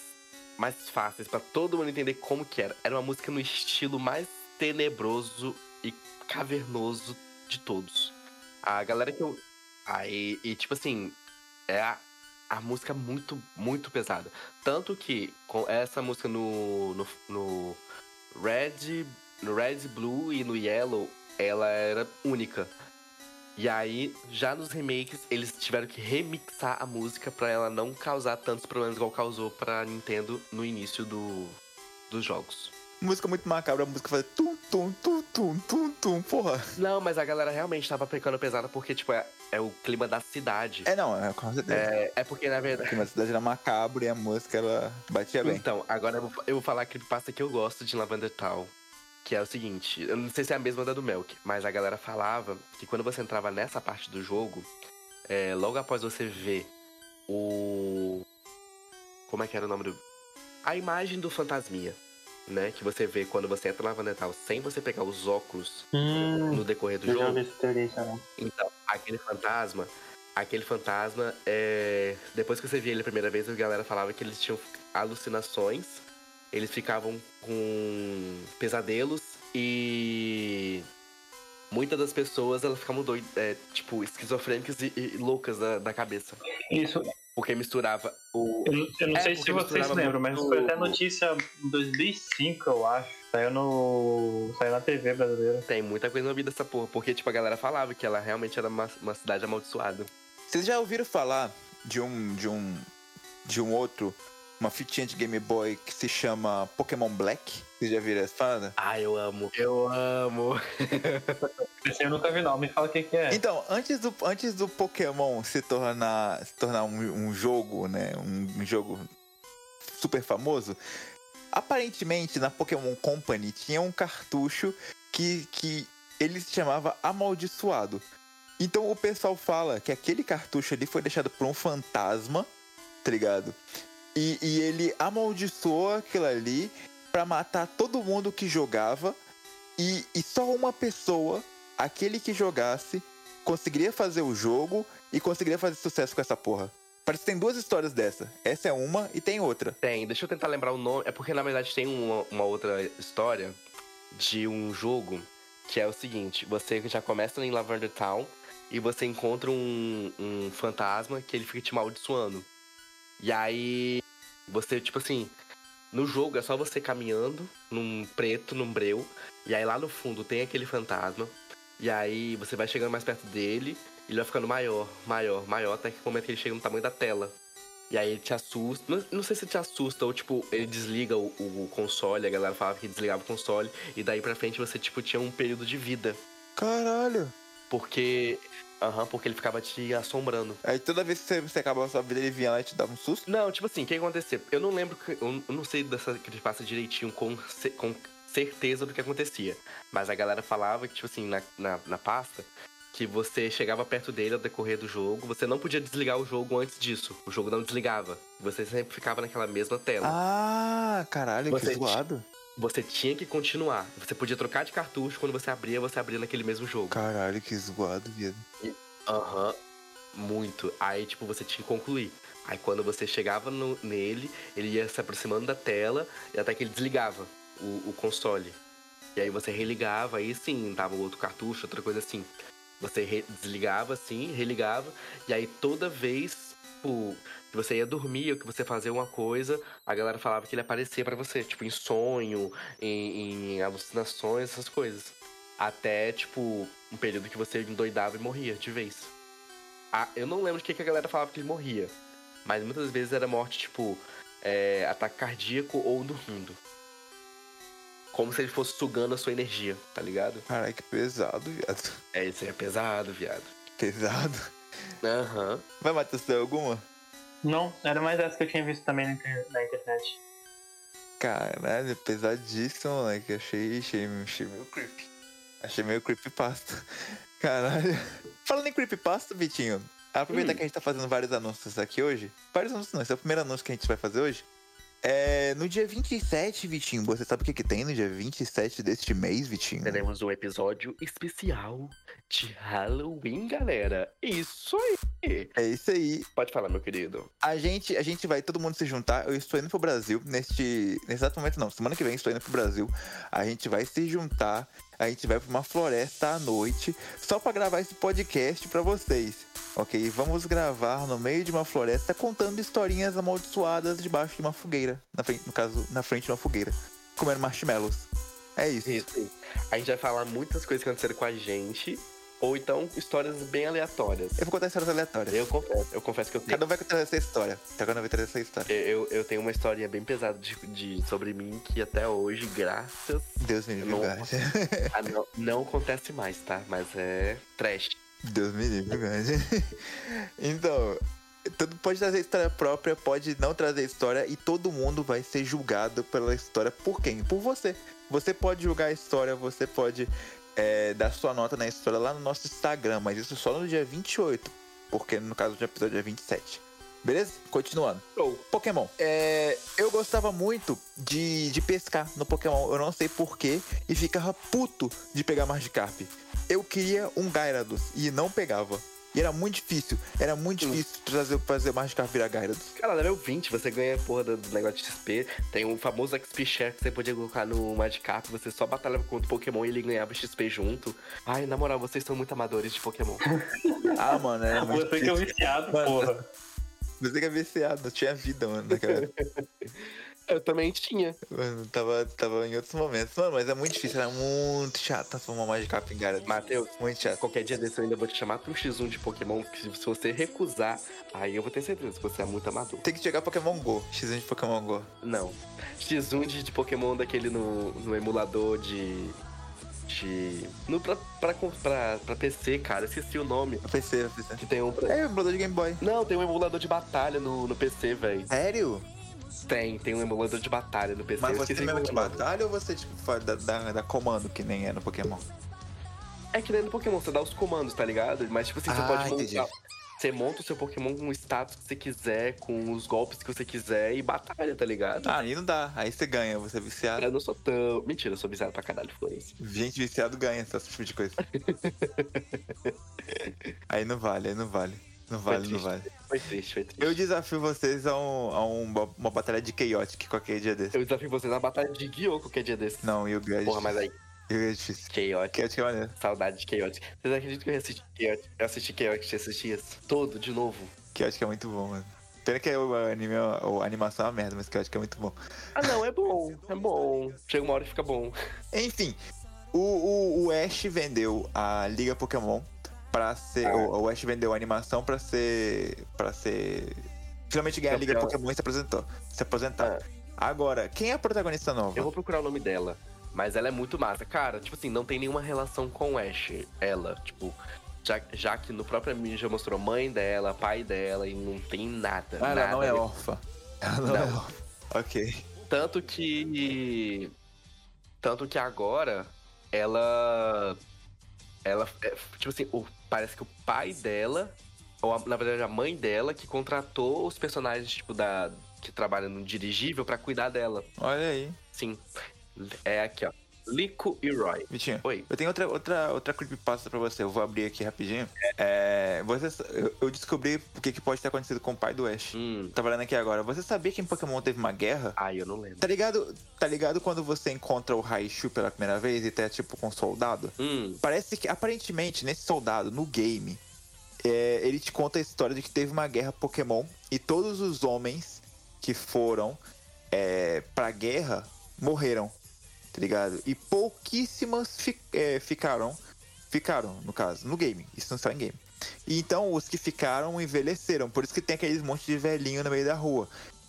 [SPEAKER 1] mais fáceis pra todo mundo entender como que era. Era uma música no estilo mais tenebroso e cavernoso de todos. A galera que eu. Aí, e tipo assim, é a, a música muito, muito pesada. Tanto que com essa música no, no, no Red, no Red, Blue e no Yellow, ela era única. E aí, já nos remakes, eles tiveram que remixar a música pra ela não causar tantos problemas igual causou pra Nintendo no início do, dos jogos.
[SPEAKER 2] Música muito macabra, a música fazia tum tum tum tum tum tum, porra.
[SPEAKER 1] Não, mas a galera realmente tava pecando pesada porque, tipo, é, é o clima da cidade.
[SPEAKER 2] É não, é com certeza.
[SPEAKER 1] É, é porque, na verdade.
[SPEAKER 2] Porque a cidade era macabra e a música ela batia bem.
[SPEAKER 1] Então, agora eu vou, eu vou falar a creepypasta que eu gosto de Lavender Town. Que é o seguinte, eu não sei se é a mesma da do Melk, mas a galera falava que quando você entrava nessa parte do jogo, é, logo após você ver o. Como é que era o nome do. A imagem do fantasminha, né? Que você vê quando você entra na Lavender Town sem você pegar os óculos
[SPEAKER 3] Hum,
[SPEAKER 1] no decorrer do
[SPEAKER 3] eu já
[SPEAKER 1] jogo.
[SPEAKER 3] vi essa teoria também.
[SPEAKER 1] Então, aquele fantasma, aquele fantasma, é... depois que você via ele a primeira vez, a galera falava que eles tinham alucinações, eles ficavam com pesadelos e muitas das pessoas elas ficavam doidas, é, tipo, esquizofrênicas e, e loucas da, da cabeça,
[SPEAKER 3] Isso,
[SPEAKER 1] porque misturava o
[SPEAKER 3] Eu não, eu não
[SPEAKER 1] É,
[SPEAKER 3] sei
[SPEAKER 1] porque
[SPEAKER 3] se vocês
[SPEAKER 1] misturava
[SPEAKER 3] lembram, mas
[SPEAKER 1] muito-
[SPEAKER 3] foi até notícia em 2005, eu acho. Saiu no. Saiu na TV brasileira.
[SPEAKER 1] tem muita coisa envolvida essa porra, porque tipo a galera falava que ela realmente era uma, uma cidade amaldiçoada.
[SPEAKER 2] Vocês já ouviram falar de um de um de um outro uma fitinha de Game Boy que se chama Pokémon Black? Vocês já viram essa parada?
[SPEAKER 1] Ah, eu amo. Eu amo.
[SPEAKER 3] Esse eu nunca vi não, me fala o que, que é.
[SPEAKER 2] Então, antes do, antes do Pokémon se tornar, se tornar um, um jogo, né? Um, um jogo super famoso, aparentemente na Pokémon Company tinha um cartucho que, que ele se chamava Amaldiçoado. Então o pessoal fala que aquele cartucho ali foi deixado por um fantasma, tá ligado? E, e ele amaldiçoou aquilo ali pra matar todo mundo que jogava. E, e só uma pessoa, aquele que jogasse, conseguiria fazer o jogo e conseguiria fazer sucesso com essa porra. Parece que tem duas histórias dessa. Essa é uma e tem outra.
[SPEAKER 1] Tem, deixa eu tentar lembrar o nome. É porque na verdade tem uma, uma outra história de um jogo que é o seguinte: você já começa em Lavender Town e você encontra um, um fantasma que ele fica te amaldiçoando. E aí você, tipo assim, No jogo é só você caminhando num preto, num breu, e aí lá no fundo tem aquele fantasma, e aí você vai chegando mais perto dele, e ele vai ficando maior, maior, maior, até que o momento que ele chega no tamanho da tela. E aí ele te assusta. Não, não sei se te assusta ou, tipo, ele desliga o, o console. A galera falava que desligava o console. E daí pra frente você, tipo, tinha um período de vida.
[SPEAKER 2] Caralho.
[SPEAKER 1] Porque. Aham, porque ele ficava te assombrando.
[SPEAKER 2] Aí toda vez que você, você acabava a sua vida, ele vinha lá e te dava um susto.
[SPEAKER 1] Não, tipo assim, o que aconteceu? Eu não lembro, que- eu eu não sei dessa creepypasta direitinho com, ce- com certeza do que acontecia. Mas a galera falava que, tipo assim, na, na, na pasta, que você chegava perto dele ao decorrer do jogo, você não podia desligar o jogo antes disso. O jogo não desligava. Você sempre ficava naquela mesma tela.
[SPEAKER 2] Ah, caralho,
[SPEAKER 1] Você
[SPEAKER 2] que zoado.
[SPEAKER 1] Você tinha que continuar. Você podia trocar de cartucho, quando você abria, você abria naquele mesmo jogo.
[SPEAKER 2] Caralho, que zoado, viado.
[SPEAKER 1] Aham. Muito. Aí, tipo, você tinha que concluir. Aí quando você chegava no- nele, ele ia se aproximando da tela e até que ele desligava o, o console. E aí você religava, aí sim, tava outro cartucho, outra coisa assim. Você re- desligava assim, religava, e aí toda vez tipo, que você ia dormir ou que você fazia uma coisa, a galera falava que ele aparecia pra você, tipo, em sonho, em- em alucinações, essas coisas. Até, tipo, um período que você endoidava e morria de vez. Ah, eu não lembro de que, que a galera falava que ele morria. Mas muitas vezes era morte, tipo, é, ataque cardíaco ou dormindo. Como se ele fosse sugando a sua energia, tá ligado?
[SPEAKER 2] Caralho, que pesado, viado. [LAUGHS]
[SPEAKER 1] É, isso aí é pesado, viado.
[SPEAKER 2] Pesado.
[SPEAKER 1] Aham.
[SPEAKER 2] Vai, Matheus, tem alguma?
[SPEAKER 3] Não, era mais essa que eu tinha visto também na inter- na internet.
[SPEAKER 2] Caralho, pesadíssimo, moleque. Achei, achei, achei meio creepy. Achei meio creepypasta. [LAUGHS] Caralho. Falando em creepypasta, Vitinho, aproveitar
[SPEAKER 1] Hum.
[SPEAKER 2] que a gente tá fazendo vários anúncios aqui hoje. Vários anúncios não, esse é o primeiro anúncio que a gente vai fazer hoje. É, no dia 27, Vitinho, você sabe o que, que tem no dia 27 deste mês, Vitinho?
[SPEAKER 1] Teremos um episódio especial de Halloween, galera. Isso aí.
[SPEAKER 2] É isso aí.
[SPEAKER 1] Pode falar, meu querido.
[SPEAKER 2] A gente, a gente vai todo mundo se juntar. Eu estou indo pro Brasil neste. Nesse exato momento, não. Semana que vem estou indo pro Brasil. A gente vai se juntar. A gente vai pra uma floresta à noite. Só pra gravar esse podcast pra vocês. Ok? Vamos gravar no meio de uma floresta contando historinhas amaldiçoadas debaixo de uma fogueira. Na frente, no caso, na frente de uma fogueira. Comendo marshmallows. É isso.
[SPEAKER 1] Isso. aí. A gente vai falar muitas coisas que aconteceram com a gente, ou então histórias bem aleatórias.
[SPEAKER 2] Eu vou contar histórias aleatórias.
[SPEAKER 1] Eu confesso, eu confesso que eu tenho.
[SPEAKER 2] Cada um vai contar essa história. Cada um vai contar essa história.
[SPEAKER 1] Eu, eu tenho uma historinha bem pesada de, de- sobre mim que até hoje, graças
[SPEAKER 2] Deus me livre.
[SPEAKER 1] Nossa.
[SPEAKER 2] guarde.
[SPEAKER 1] a não, não acontece mais, tá? Mas é trash.
[SPEAKER 2] Deus me livre, grande. [LAUGHS] Então, tudo pode trazer história própria, pode não trazer história, e todo mundo vai ser julgado pela história por quem? Por você. Você pode julgar a história, você pode é, dar sua nota na história lá no nosso Instagram, mas isso só no dia 28, porque no caso do episódio é 27. Beleza? Continuando.
[SPEAKER 1] Show.
[SPEAKER 2] Pokémon. É, eu gostava muito de, de pescar no Pokémon, eu não sei porquê, e ficava puto de pegar Magikarp. Eu queria um Gyarados e não pegava. E era muito difícil, era muito
[SPEAKER 1] Hum.
[SPEAKER 2] difícil trazer, fazer o Magikarp virar Gyarados.
[SPEAKER 1] Cara, level 20, você ganha a porra do, do negócio de XP. Tem o famoso XP Share que você podia colocar no Magikarp, você só batalhava contra o Pokémon e ele ganhava XP junto. Ai, na moral, vocês são muito amadores de Pokémon.
[SPEAKER 2] Ah, mano, era muito
[SPEAKER 3] Você que é
[SPEAKER 2] difícil.
[SPEAKER 3] um viciado,
[SPEAKER 2] Mano.
[SPEAKER 3] porra.
[SPEAKER 2] Você que é viciado, não tinha vida, mano, naquela época.
[SPEAKER 1] [LAUGHS]
[SPEAKER 3] [LAUGHS]
[SPEAKER 1] eu também tinha.
[SPEAKER 2] Mano, tava, tava em outros momentos. Mano, mas é muito difícil, era muito chato transformar Magikarp em Gyarados.
[SPEAKER 1] Matheus,
[SPEAKER 2] Muito chato.
[SPEAKER 1] Qualquer dia desse eu ainda vou te chamar pra um X1 de Pokémon, que se você recusar, aí eu vou ter certeza que você é muito amador.
[SPEAKER 2] Tem que chegar Pokémon GO, X1 de Pokémon GO.
[SPEAKER 1] Não. X1 de, de Pokémon daquele no, no emulador de. De. No, pra, pra, pra, pra PC, cara, esqueci o nome.
[SPEAKER 2] Eu pensei, eu pensei.
[SPEAKER 1] Que tem um pra-
[SPEAKER 2] É, emulador de Game Boy.
[SPEAKER 1] Não, tem um emulador de batalha no, no PC, velho.
[SPEAKER 2] Sério?
[SPEAKER 1] Tem, tem um emulador de batalha no PC.
[SPEAKER 2] Mas
[SPEAKER 1] eu
[SPEAKER 2] você um-
[SPEAKER 1] esqueci
[SPEAKER 2] mesmo
[SPEAKER 1] como
[SPEAKER 2] de
[SPEAKER 1] é o nome.
[SPEAKER 2] batalha ou você tipo, faz da, da, da comando, que nem é no Pokémon?
[SPEAKER 1] É que nem no Pokémon, você dá os comandos, tá ligado? Mas tipo assim, você
[SPEAKER 2] Ah,
[SPEAKER 1] pode
[SPEAKER 2] entendi.
[SPEAKER 1] montar. Você monta o seu Pokémon com o status que você quiser, com os golpes que você quiser e batalha, tá ligado?
[SPEAKER 2] Ah, aí não dá. Aí você ganha, você é viciado.
[SPEAKER 1] Eu não sou tão. Mentira, eu sou viciado pra caralho, Florence.
[SPEAKER 2] Gente viciado ganha esse tipo de [LAUGHS] coisa. aí não vale, aí não vale. Não vale, não
[SPEAKER 1] triste.
[SPEAKER 2] vale.
[SPEAKER 1] Foi triste, foi triste.
[SPEAKER 2] Eu desafio vocês a, um, a um- uma batalha de Chaotic qualquer dia desse.
[SPEAKER 1] Eu desafio vocês na batalha de Guiô qualquer dia desse.
[SPEAKER 2] Não, Yu-Gi-Oh! é
[SPEAKER 1] Porra,
[SPEAKER 2] difícil.
[SPEAKER 1] mas aí,
[SPEAKER 2] Yu-Gi-Oh! é difícil.
[SPEAKER 1] Chaotic.
[SPEAKER 2] Chaotic é maneiro.
[SPEAKER 1] Saudade de Chaotic. Vocês acreditam que eu assisti Chaotic? Eu assisti Chaotic esses dias? Todo, de novo.
[SPEAKER 2] Chaotic é muito bom, mano. Pena que o anime, a animação é uma merda, mas que eu acho que é muito bom.
[SPEAKER 1] Ah, não, é bom. É bom. Chega uma hora que fica bom.
[SPEAKER 2] Enfim, o, o, o Ash vendeu a Liga Pokémon pra ser.
[SPEAKER 1] Ah.
[SPEAKER 2] O, o Ash vendeu a animação pra ser. pra ser. Finalmente ganhar a Liga
[SPEAKER 1] Campeão.
[SPEAKER 2] Pokémon e se apresentou. Se apresentar.
[SPEAKER 1] É.
[SPEAKER 2] Agora, quem é a protagonista nova?
[SPEAKER 1] Eu vou procurar o nome dela. Mas ela é muito massa. Cara, tipo assim, não tem nenhuma relação com o Ash. Ela, tipo. Já, já que no próprio anime já mostrou mãe dela, pai dela, e não tem nada.
[SPEAKER 2] Ah, ela
[SPEAKER 1] nada
[SPEAKER 2] não
[SPEAKER 1] a
[SPEAKER 2] é
[SPEAKER 1] ver.
[SPEAKER 2] órfã. Ela não, é
[SPEAKER 1] Não.
[SPEAKER 2] órfã. Ok.
[SPEAKER 1] Tanto que. Tanto que agora ela. Ela. é, Tipo assim, o- parece que o pai dela, ou a- na verdade a mãe dela, que contratou os personagens, tipo, da. que trabalham no dirigível pra cuidar dela.
[SPEAKER 2] Olha aí,
[SPEAKER 1] Sim. É aqui, ó. Lico e Roy.
[SPEAKER 2] Vitinho.
[SPEAKER 1] Oi.
[SPEAKER 2] Eu tenho outra, outra, outra creepypasta pra você, eu vou abrir aqui rapidinho. É, você, sa- eu- eu descobri o que, que pode ter acontecido com o pai do Ash.
[SPEAKER 1] Hum.
[SPEAKER 2] Tava olhando aqui agora. Você sabia que em Pokémon teve uma guerra?
[SPEAKER 1] Ai, eu não lembro.
[SPEAKER 2] Tá ligado, tá ligado quando você encontra o Raichu pela primeira vez e tá tipo com um soldado?
[SPEAKER 1] Hum.
[SPEAKER 2] Parece que, aparentemente, nesse soldado, no game, é, ele te conta a história de que teve uma guerra Pokémon e todos os homens que foram é, pra guerra morreram, tá ligado? E pouquíssimas fi- é, ficaram, ficaram, no caso, no game, isso não está em game. E então, os que ficaram envelheceram, por isso que tem aqueles monte de velhinho no meio da rua.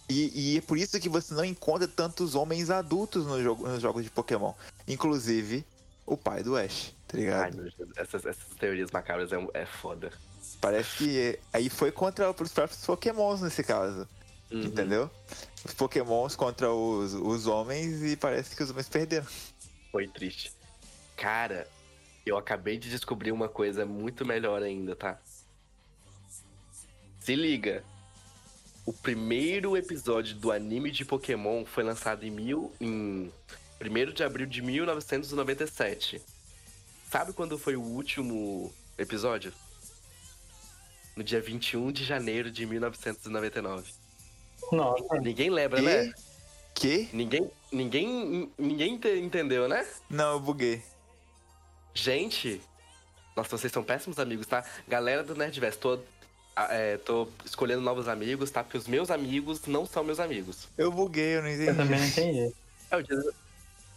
[SPEAKER 2] E, e é por isso que você não encontra tantos homens adultos no jogo, nos jogos de Pokémon. Inclusive, o pai do Ash, tá ligado?
[SPEAKER 1] Ai, meu Deus. Essas, essas teorias macabras é, um- é foda.
[SPEAKER 2] Parece que é- aí foi contra os próprios pokémons nesse caso,
[SPEAKER 1] Uhum.
[SPEAKER 2] entendeu? Os pokémons contra os, os homens e parece que os homens perderam.
[SPEAKER 1] Foi triste. Cara, eu acabei de descobrir uma coisa muito melhor ainda, tá? Se liga. O primeiro episódio do anime de Pokémon foi lançado em mil em 1 de abril de 1997. Sabe quando foi o último episódio? No dia 21 de janeiro de 1999.
[SPEAKER 3] Nossa,
[SPEAKER 1] Ninguém lembra,
[SPEAKER 2] E-
[SPEAKER 1] né?
[SPEAKER 2] Que?
[SPEAKER 1] Ninguém, ninguém, ninguém ente- entendeu, né?
[SPEAKER 2] Não, eu buguei.
[SPEAKER 1] Gente, nossa, vocês são péssimos amigos, tá? Galera do Nerdverse, tô, ah, é, tô escolhendo novos amigos, tá? Porque os meus amigos não são meus amigos.
[SPEAKER 2] Eu buguei, eu não
[SPEAKER 3] eu também não
[SPEAKER 2] entendi.
[SPEAKER 3] entendi.
[SPEAKER 1] É o dia do-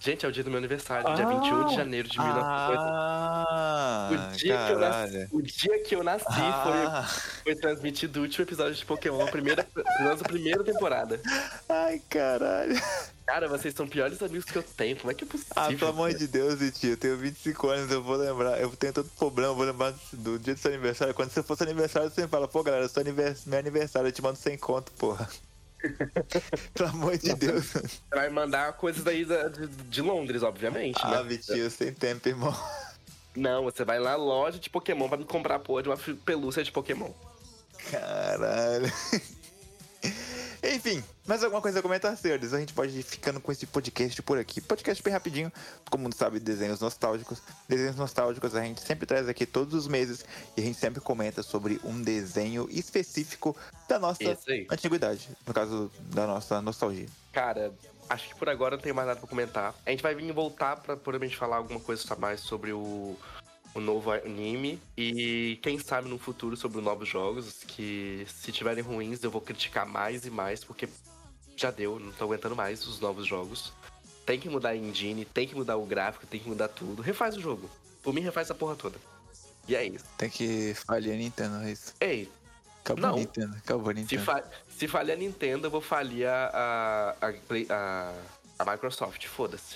[SPEAKER 1] Gente, é o dia do meu aniversário, dia
[SPEAKER 3] Ah!
[SPEAKER 1] 21 de janeiro de 1980.
[SPEAKER 2] Ah,
[SPEAKER 1] O dia que eu nasci,
[SPEAKER 2] caralho.
[SPEAKER 1] o dia que eu nasci
[SPEAKER 2] Ah,
[SPEAKER 1] foi, foi transmitido o último episódio de Pokémon, a primeira, a nossa primeira temporada.
[SPEAKER 2] ai, caralho.
[SPEAKER 1] Cara, vocês são piores amigos que eu tenho, como é que é possível?
[SPEAKER 2] Ah, pelo amor de Deus, Vitinho, eu tenho 25 anos, eu vou lembrar. Eu tenho todo problema, eu vou lembrar do dia do seu aniversário. Quando você for seu aniversário, você fala, pô, galera, seu anivers... meu aniversário, eu te mando sem conto, porra. [LAUGHS] pelo amor de Deus.
[SPEAKER 1] Você vai mandar coisas daí da- de, de Londres, obviamente, né?
[SPEAKER 2] Ah, Vitinho, sem tempo, irmão. [LAUGHS]
[SPEAKER 1] Não, você vai na loja de Pokémon pra me comprar a porra de uma fi- pelúcia de Pokémon.
[SPEAKER 2] Caralho. Enfim, mais alguma coisa a comentar, senhores? A gente pode ir ficando com esse podcast por aqui. Podcast bem rapidinho, como mundo sabe, desenhos nostálgicos. Desenhos nostálgicos a gente sempre traz aqui todos os meses e a gente sempre comenta sobre um desenho específico da nossa
[SPEAKER 1] Isso aí.
[SPEAKER 2] antiguidade, no caso da nossa nostalgia.
[SPEAKER 1] Cara, acho que por agora não tem mais nada pra comentar. A gente vai vir voltar pra provavelmente falar alguma coisa mais sobre o, o novo anime. E quem sabe no futuro sobre novos jogos, que se tiverem ruins eu vou criticar mais e mais, porque já deu, não tô aguentando mais os novos jogos. Tem que mudar a engine, tem que mudar o gráfico, tem que mudar tudo. Refaz o jogo. Por mim, refaz a porra toda. E é isso.
[SPEAKER 2] Tem que falir a Nintendo, é isso.
[SPEAKER 1] Ei,
[SPEAKER 2] Acabou
[SPEAKER 1] Não.
[SPEAKER 2] a Nintendo, acabou a
[SPEAKER 1] Se,
[SPEAKER 2] Nintendo.
[SPEAKER 1] fa se falhar a Nintendo, eu vou falir a, a, a, Play- a, a Microsoft, foda-se.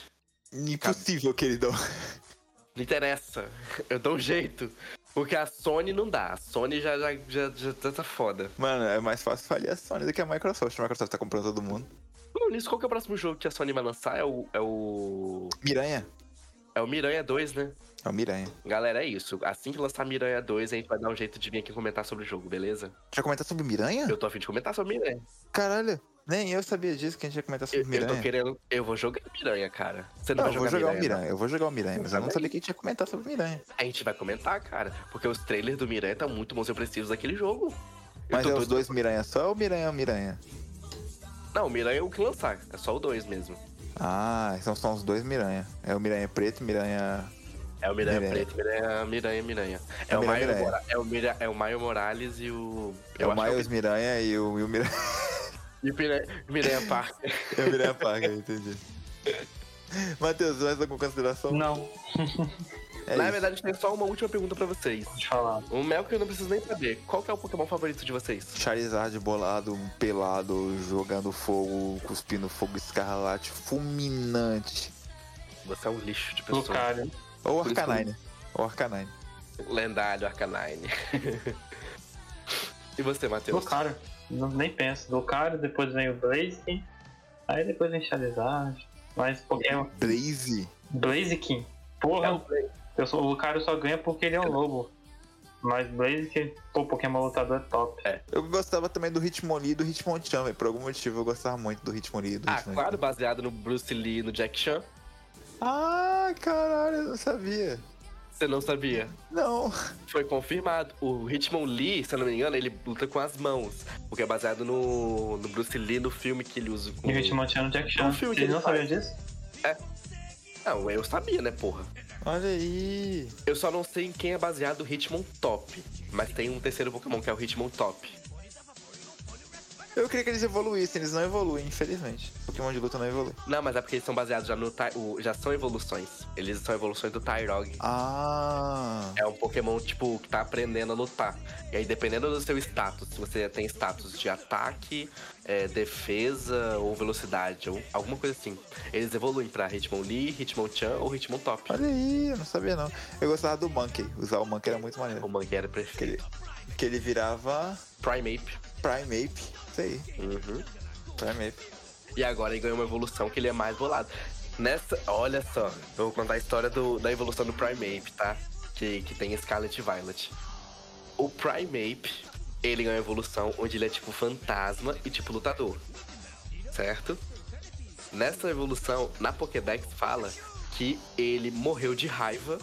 [SPEAKER 2] Impossível, queridão. [LAUGHS]
[SPEAKER 1] Não interessa, eu dou um jeito. Porque a Sony não dá, a Sony já, já, já, já tá- tá foda.
[SPEAKER 2] Mano, é mais fácil falir a Sony do que a Microsoft. A Microsoft tá comprando todo mundo.
[SPEAKER 1] Falando nisso, qual que é o próximo jogo que a Sony vai lançar? É o, é o,
[SPEAKER 2] Miranha?
[SPEAKER 1] é o Miranha 2, né?
[SPEAKER 2] É o Miranha.
[SPEAKER 1] Galera, é isso. Assim que lançar Miranha 2, a gente vai dar um jeito de vir aqui comentar sobre o jogo, beleza?
[SPEAKER 2] Já comentar sobre Miranha?
[SPEAKER 1] Eu tô afim de comentar sobre Miranha.
[SPEAKER 2] Caralho, nem eu sabia disso que a gente ia comentar
[SPEAKER 1] Eu,
[SPEAKER 2] sobre
[SPEAKER 1] eu
[SPEAKER 2] Miranha.
[SPEAKER 1] tô querendo... Eu vou jogar Miranha, cara. Você não,
[SPEAKER 2] Não, eu
[SPEAKER 1] vai jogar,
[SPEAKER 2] vou jogar o
[SPEAKER 1] Miranha, não?
[SPEAKER 2] Miranha, eu vou jogar o Miranha, mas eu não sabia que a gente ia comentar sobre Miranha.
[SPEAKER 1] A gente vai comentar, cara, porque os trailers do Miranha tá muito bons. Eu preciso daquele jogo. Eu
[SPEAKER 2] Mas
[SPEAKER 1] tô
[SPEAKER 2] é os
[SPEAKER 1] doido-
[SPEAKER 2] dois Miranha só ou Miranha é o Miranha?
[SPEAKER 1] Não, o Miranha é o que lançar. É só o dois mesmo.
[SPEAKER 2] Ah, são só os dois Miranha. É o Miranha preto e Miranha
[SPEAKER 1] É o Miranha,
[SPEAKER 2] Miranha.
[SPEAKER 1] Preto, Miranha, Miranha, Miranha. É,
[SPEAKER 2] É
[SPEAKER 1] o
[SPEAKER 2] Miranha,
[SPEAKER 1] Maio
[SPEAKER 2] Miranha.
[SPEAKER 1] Mora- é o Mira- é o Maio Morales e o.
[SPEAKER 2] É
[SPEAKER 1] eu
[SPEAKER 2] o
[SPEAKER 1] acho que é
[SPEAKER 2] Miles Miranha e o, e o Miranha. [LAUGHS]
[SPEAKER 1] E o Miranha, Miranha Parker.
[SPEAKER 2] Eu virei a paga, entendi. [LAUGHS] Matheus, mais alguma consideração?
[SPEAKER 3] Não,
[SPEAKER 2] É
[SPEAKER 1] Na
[SPEAKER 2] isso.
[SPEAKER 1] verdade, tem só uma última pergunta pra vocês.
[SPEAKER 3] pode falar.
[SPEAKER 1] O Mel que eu não preciso nem saber. Qual que é o Pokémon favorito de vocês?
[SPEAKER 2] Charizard bolado, pelado, jogando fogo, cuspindo fogo escarlate, fulminante.
[SPEAKER 1] Você é um lixo de pessoa.
[SPEAKER 3] Lucario.
[SPEAKER 2] Ou
[SPEAKER 1] Por isso que eu-
[SPEAKER 2] Arcanine. Ou Arcanine.
[SPEAKER 1] Lendário Arcanine. [LAUGHS] e você, Matheus?
[SPEAKER 3] Lucario. Não, nem penso. Lucario, depois vem o Blaziken. Aí depois vem Charizard. Mas Pokémon.
[SPEAKER 2] Blaze.
[SPEAKER 3] Blaziken.
[SPEAKER 1] É
[SPEAKER 3] Porra,
[SPEAKER 1] o Blaze.
[SPEAKER 3] eu sou, o Lucario só ganha porque ele é um lobo. Mas Blaziken, pô, Pokémon lutador é top.
[SPEAKER 2] Eu gostava também do Hitmonlee e do Hitmonchan, velho. Por algum motivo eu gostava muito do Hitmonlee e do
[SPEAKER 1] Ah,
[SPEAKER 2] Hitmonchan.
[SPEAKER 1] claro, baseado no Bruce Lee e no Jack Chan.
[SPEAKER 2] Ah, caralho, eu não sabia.
[SPEAKER 1] Você não sabia?
[SPEAKER 2] Não.
[SPEAKER 1] Foi confirmado. O Hitmonlee, se eu não me engano, ele luta com as mãos. Porque é baseado no, no Bruce Lee, no filme que ele usa com...
[SPEAKER 3] E o Hitmonchan no Jack Chan.
[SPEAKER 1] Confio que
[SPEAKER 3] Vocês
[SPEAKER 1] ele
[SPEAKER 3] não
[SPEAKER 1] faz.
[SPEAKER 3] sabiam disso?
[SPEAKER 1] Não, eu sabia, né, porra?
[SPEAKER 2] Olha aí.
[SPEAKER 1] Eu só não sei em quem é baseado o Hitmon Top. Mas tem um terceiro Pokémon que é o Hitmon Top.
[SPEAKER 2] Eu queria que eles evoluíssem, eles não evoluem, infelizmente. Pokémon de luta não evolui.
[SPEAKER 1] Não, mas é porque eles são baseados já no... Ty- o- Já são evoluções. Eles são evoluções do Tyrog.
[SPEAKER 2] Ah.
[SPEAKER 1] É um Pokémon, tipo, que tá aprendendo a lutar. E aí, dependendo do seu status, se você tem status de ataque, é, defesa ou velocidade, ou alguma coisa assim. Eles evoluem pra Hitmonlee, Hitmonchan ou Hitmontop.
[SPEAKER 2] Olha aí, eu não sabia não. Eu gostava do Monkey. Usar o Monkey era muito
[SPEAKER 1] O
[SPEAKER 2] maneiro.
[SPEAKER 1] Monkey era
[SPEAKER 2] Que ele,
[SPEAKER 1] perfeito.
[SPEAKER 2] que ele virava
[SPEAKER 1] Primeape.
[SPEAKER 2] Primeape. Isso aí,
[SPEAKER 1] Uhum.
[SPEAKER 2] Primeape.
[SPEAKER 1] E agora ele ganhou uma evolução que ele é mais volado. Nessa, olha só, eu vou contar a história do- da evolução do Primeape, tá? Que, que tem Scarlet e Violet. O Primeape, ele ganhou uma evolução onde ele é tipo fantasma e tipo lutador. Certo? Nessa evolução, na Pokédex fala que ele morreu de raiva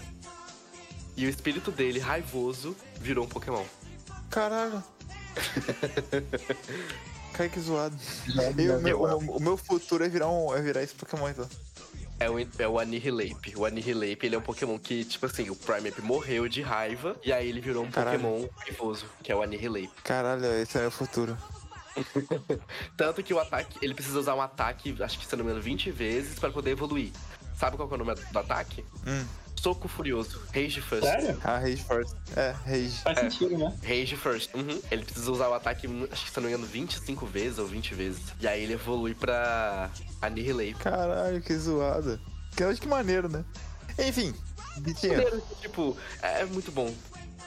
[SPEAKER 1] e o espírito dele, raivoso, virou um Pokémon.
[SPEAKER 2] Caralho. Cara, que zoado. E o, meu, o- o meu futuro é virar, um, é virar esse Pokémon então.
[SPEAKER 1] É o, é o Annihilape. O Annihilape, ele é um Pokémon que, tipo assim, o Primeape morreu de raiva e aí ele virou um
[SPEAKER 2] Caralho.
[SPEAKER 1] Pokémon raivoso, que é o Annihilape.
[SPEAKER 2] Caralho, esse é o meu futuro.
[SPEAKER 1] Tanto que o ataque, ele precisa usar um ataque, acho que se eu não me engano, 20 vezes pra poder evoluir. Sabe qual que é o nome do ataque?
[SPEAKER 2] Hum.
[SPEAKER 1] Soco Furioso. Rage First.
[SPEAKER 3] Sério?
[SPEAKER 2] Ah, Rage Force. É, Rage.
[SPEAKER 3] Faz sentido, né?
[SPEAKER 1] Rage First. Uhum. Ele precisa usar o ataque, acho que se eu não me engano, 25 vezes ou 20 vezes. E aí ele evolui pra Annihilape.
[SPEAKER 2] Caralho, que zoado. Que, olha que maneiro, né? Enfim, Vitinho.
[SPEAKER 1] Tipo, é muito bom.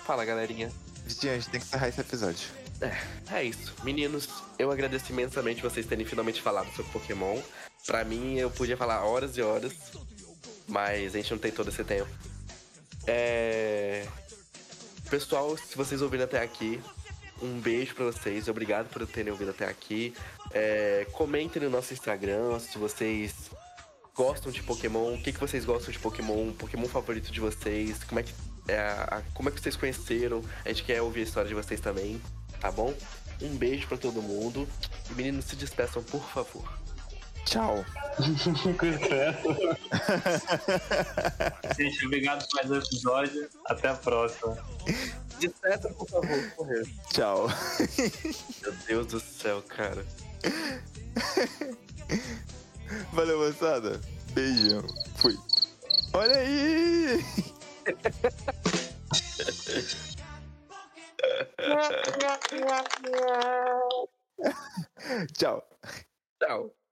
[SPEAKER 1] Fala, galerinha.
[SPEAKER 2] Vitinho, a gente tem que encerrar esse episódio.
[SPEAKER 1] É isso. Meninos, eu agradeço imensamente vocês terem finalmente falado sobre Pokémon. Pra mim, eu podia falar horas e horas, mas a gente não tem todo esse tempo. É... Pessoal, se vocês ouviram até aqui, um beijo pra vocês. Obrigado por terem ouvido até aqui. É... Comentem no nosso Instagram se vocês gostam de Pokémon, o que, que vocês gostam de Pokémon, o Pokémon favorito de vocês, como é que, é, a- como é que vocês conheceram. A gente quer ouvir a história de vocês também, tá bom? Um beijo pra todo mundo. E, Meninos, se despeçam, por favor.
[SPEAKER 2] Tchau.
[SPEAKER 3] Gente, obrigado por mais um episódio. Até a próxima.
[SPEAKER 1] Despeçam, por favor. correr.
[SPEAKER 2] Tchau.
[SPEAKER 1] Meu Deus do céu, cara.
[SPEAKER 2] Valeu, moçada. Beijão. Fui. Olha aí! Tchau.
[SPEAKER 1] Tchau.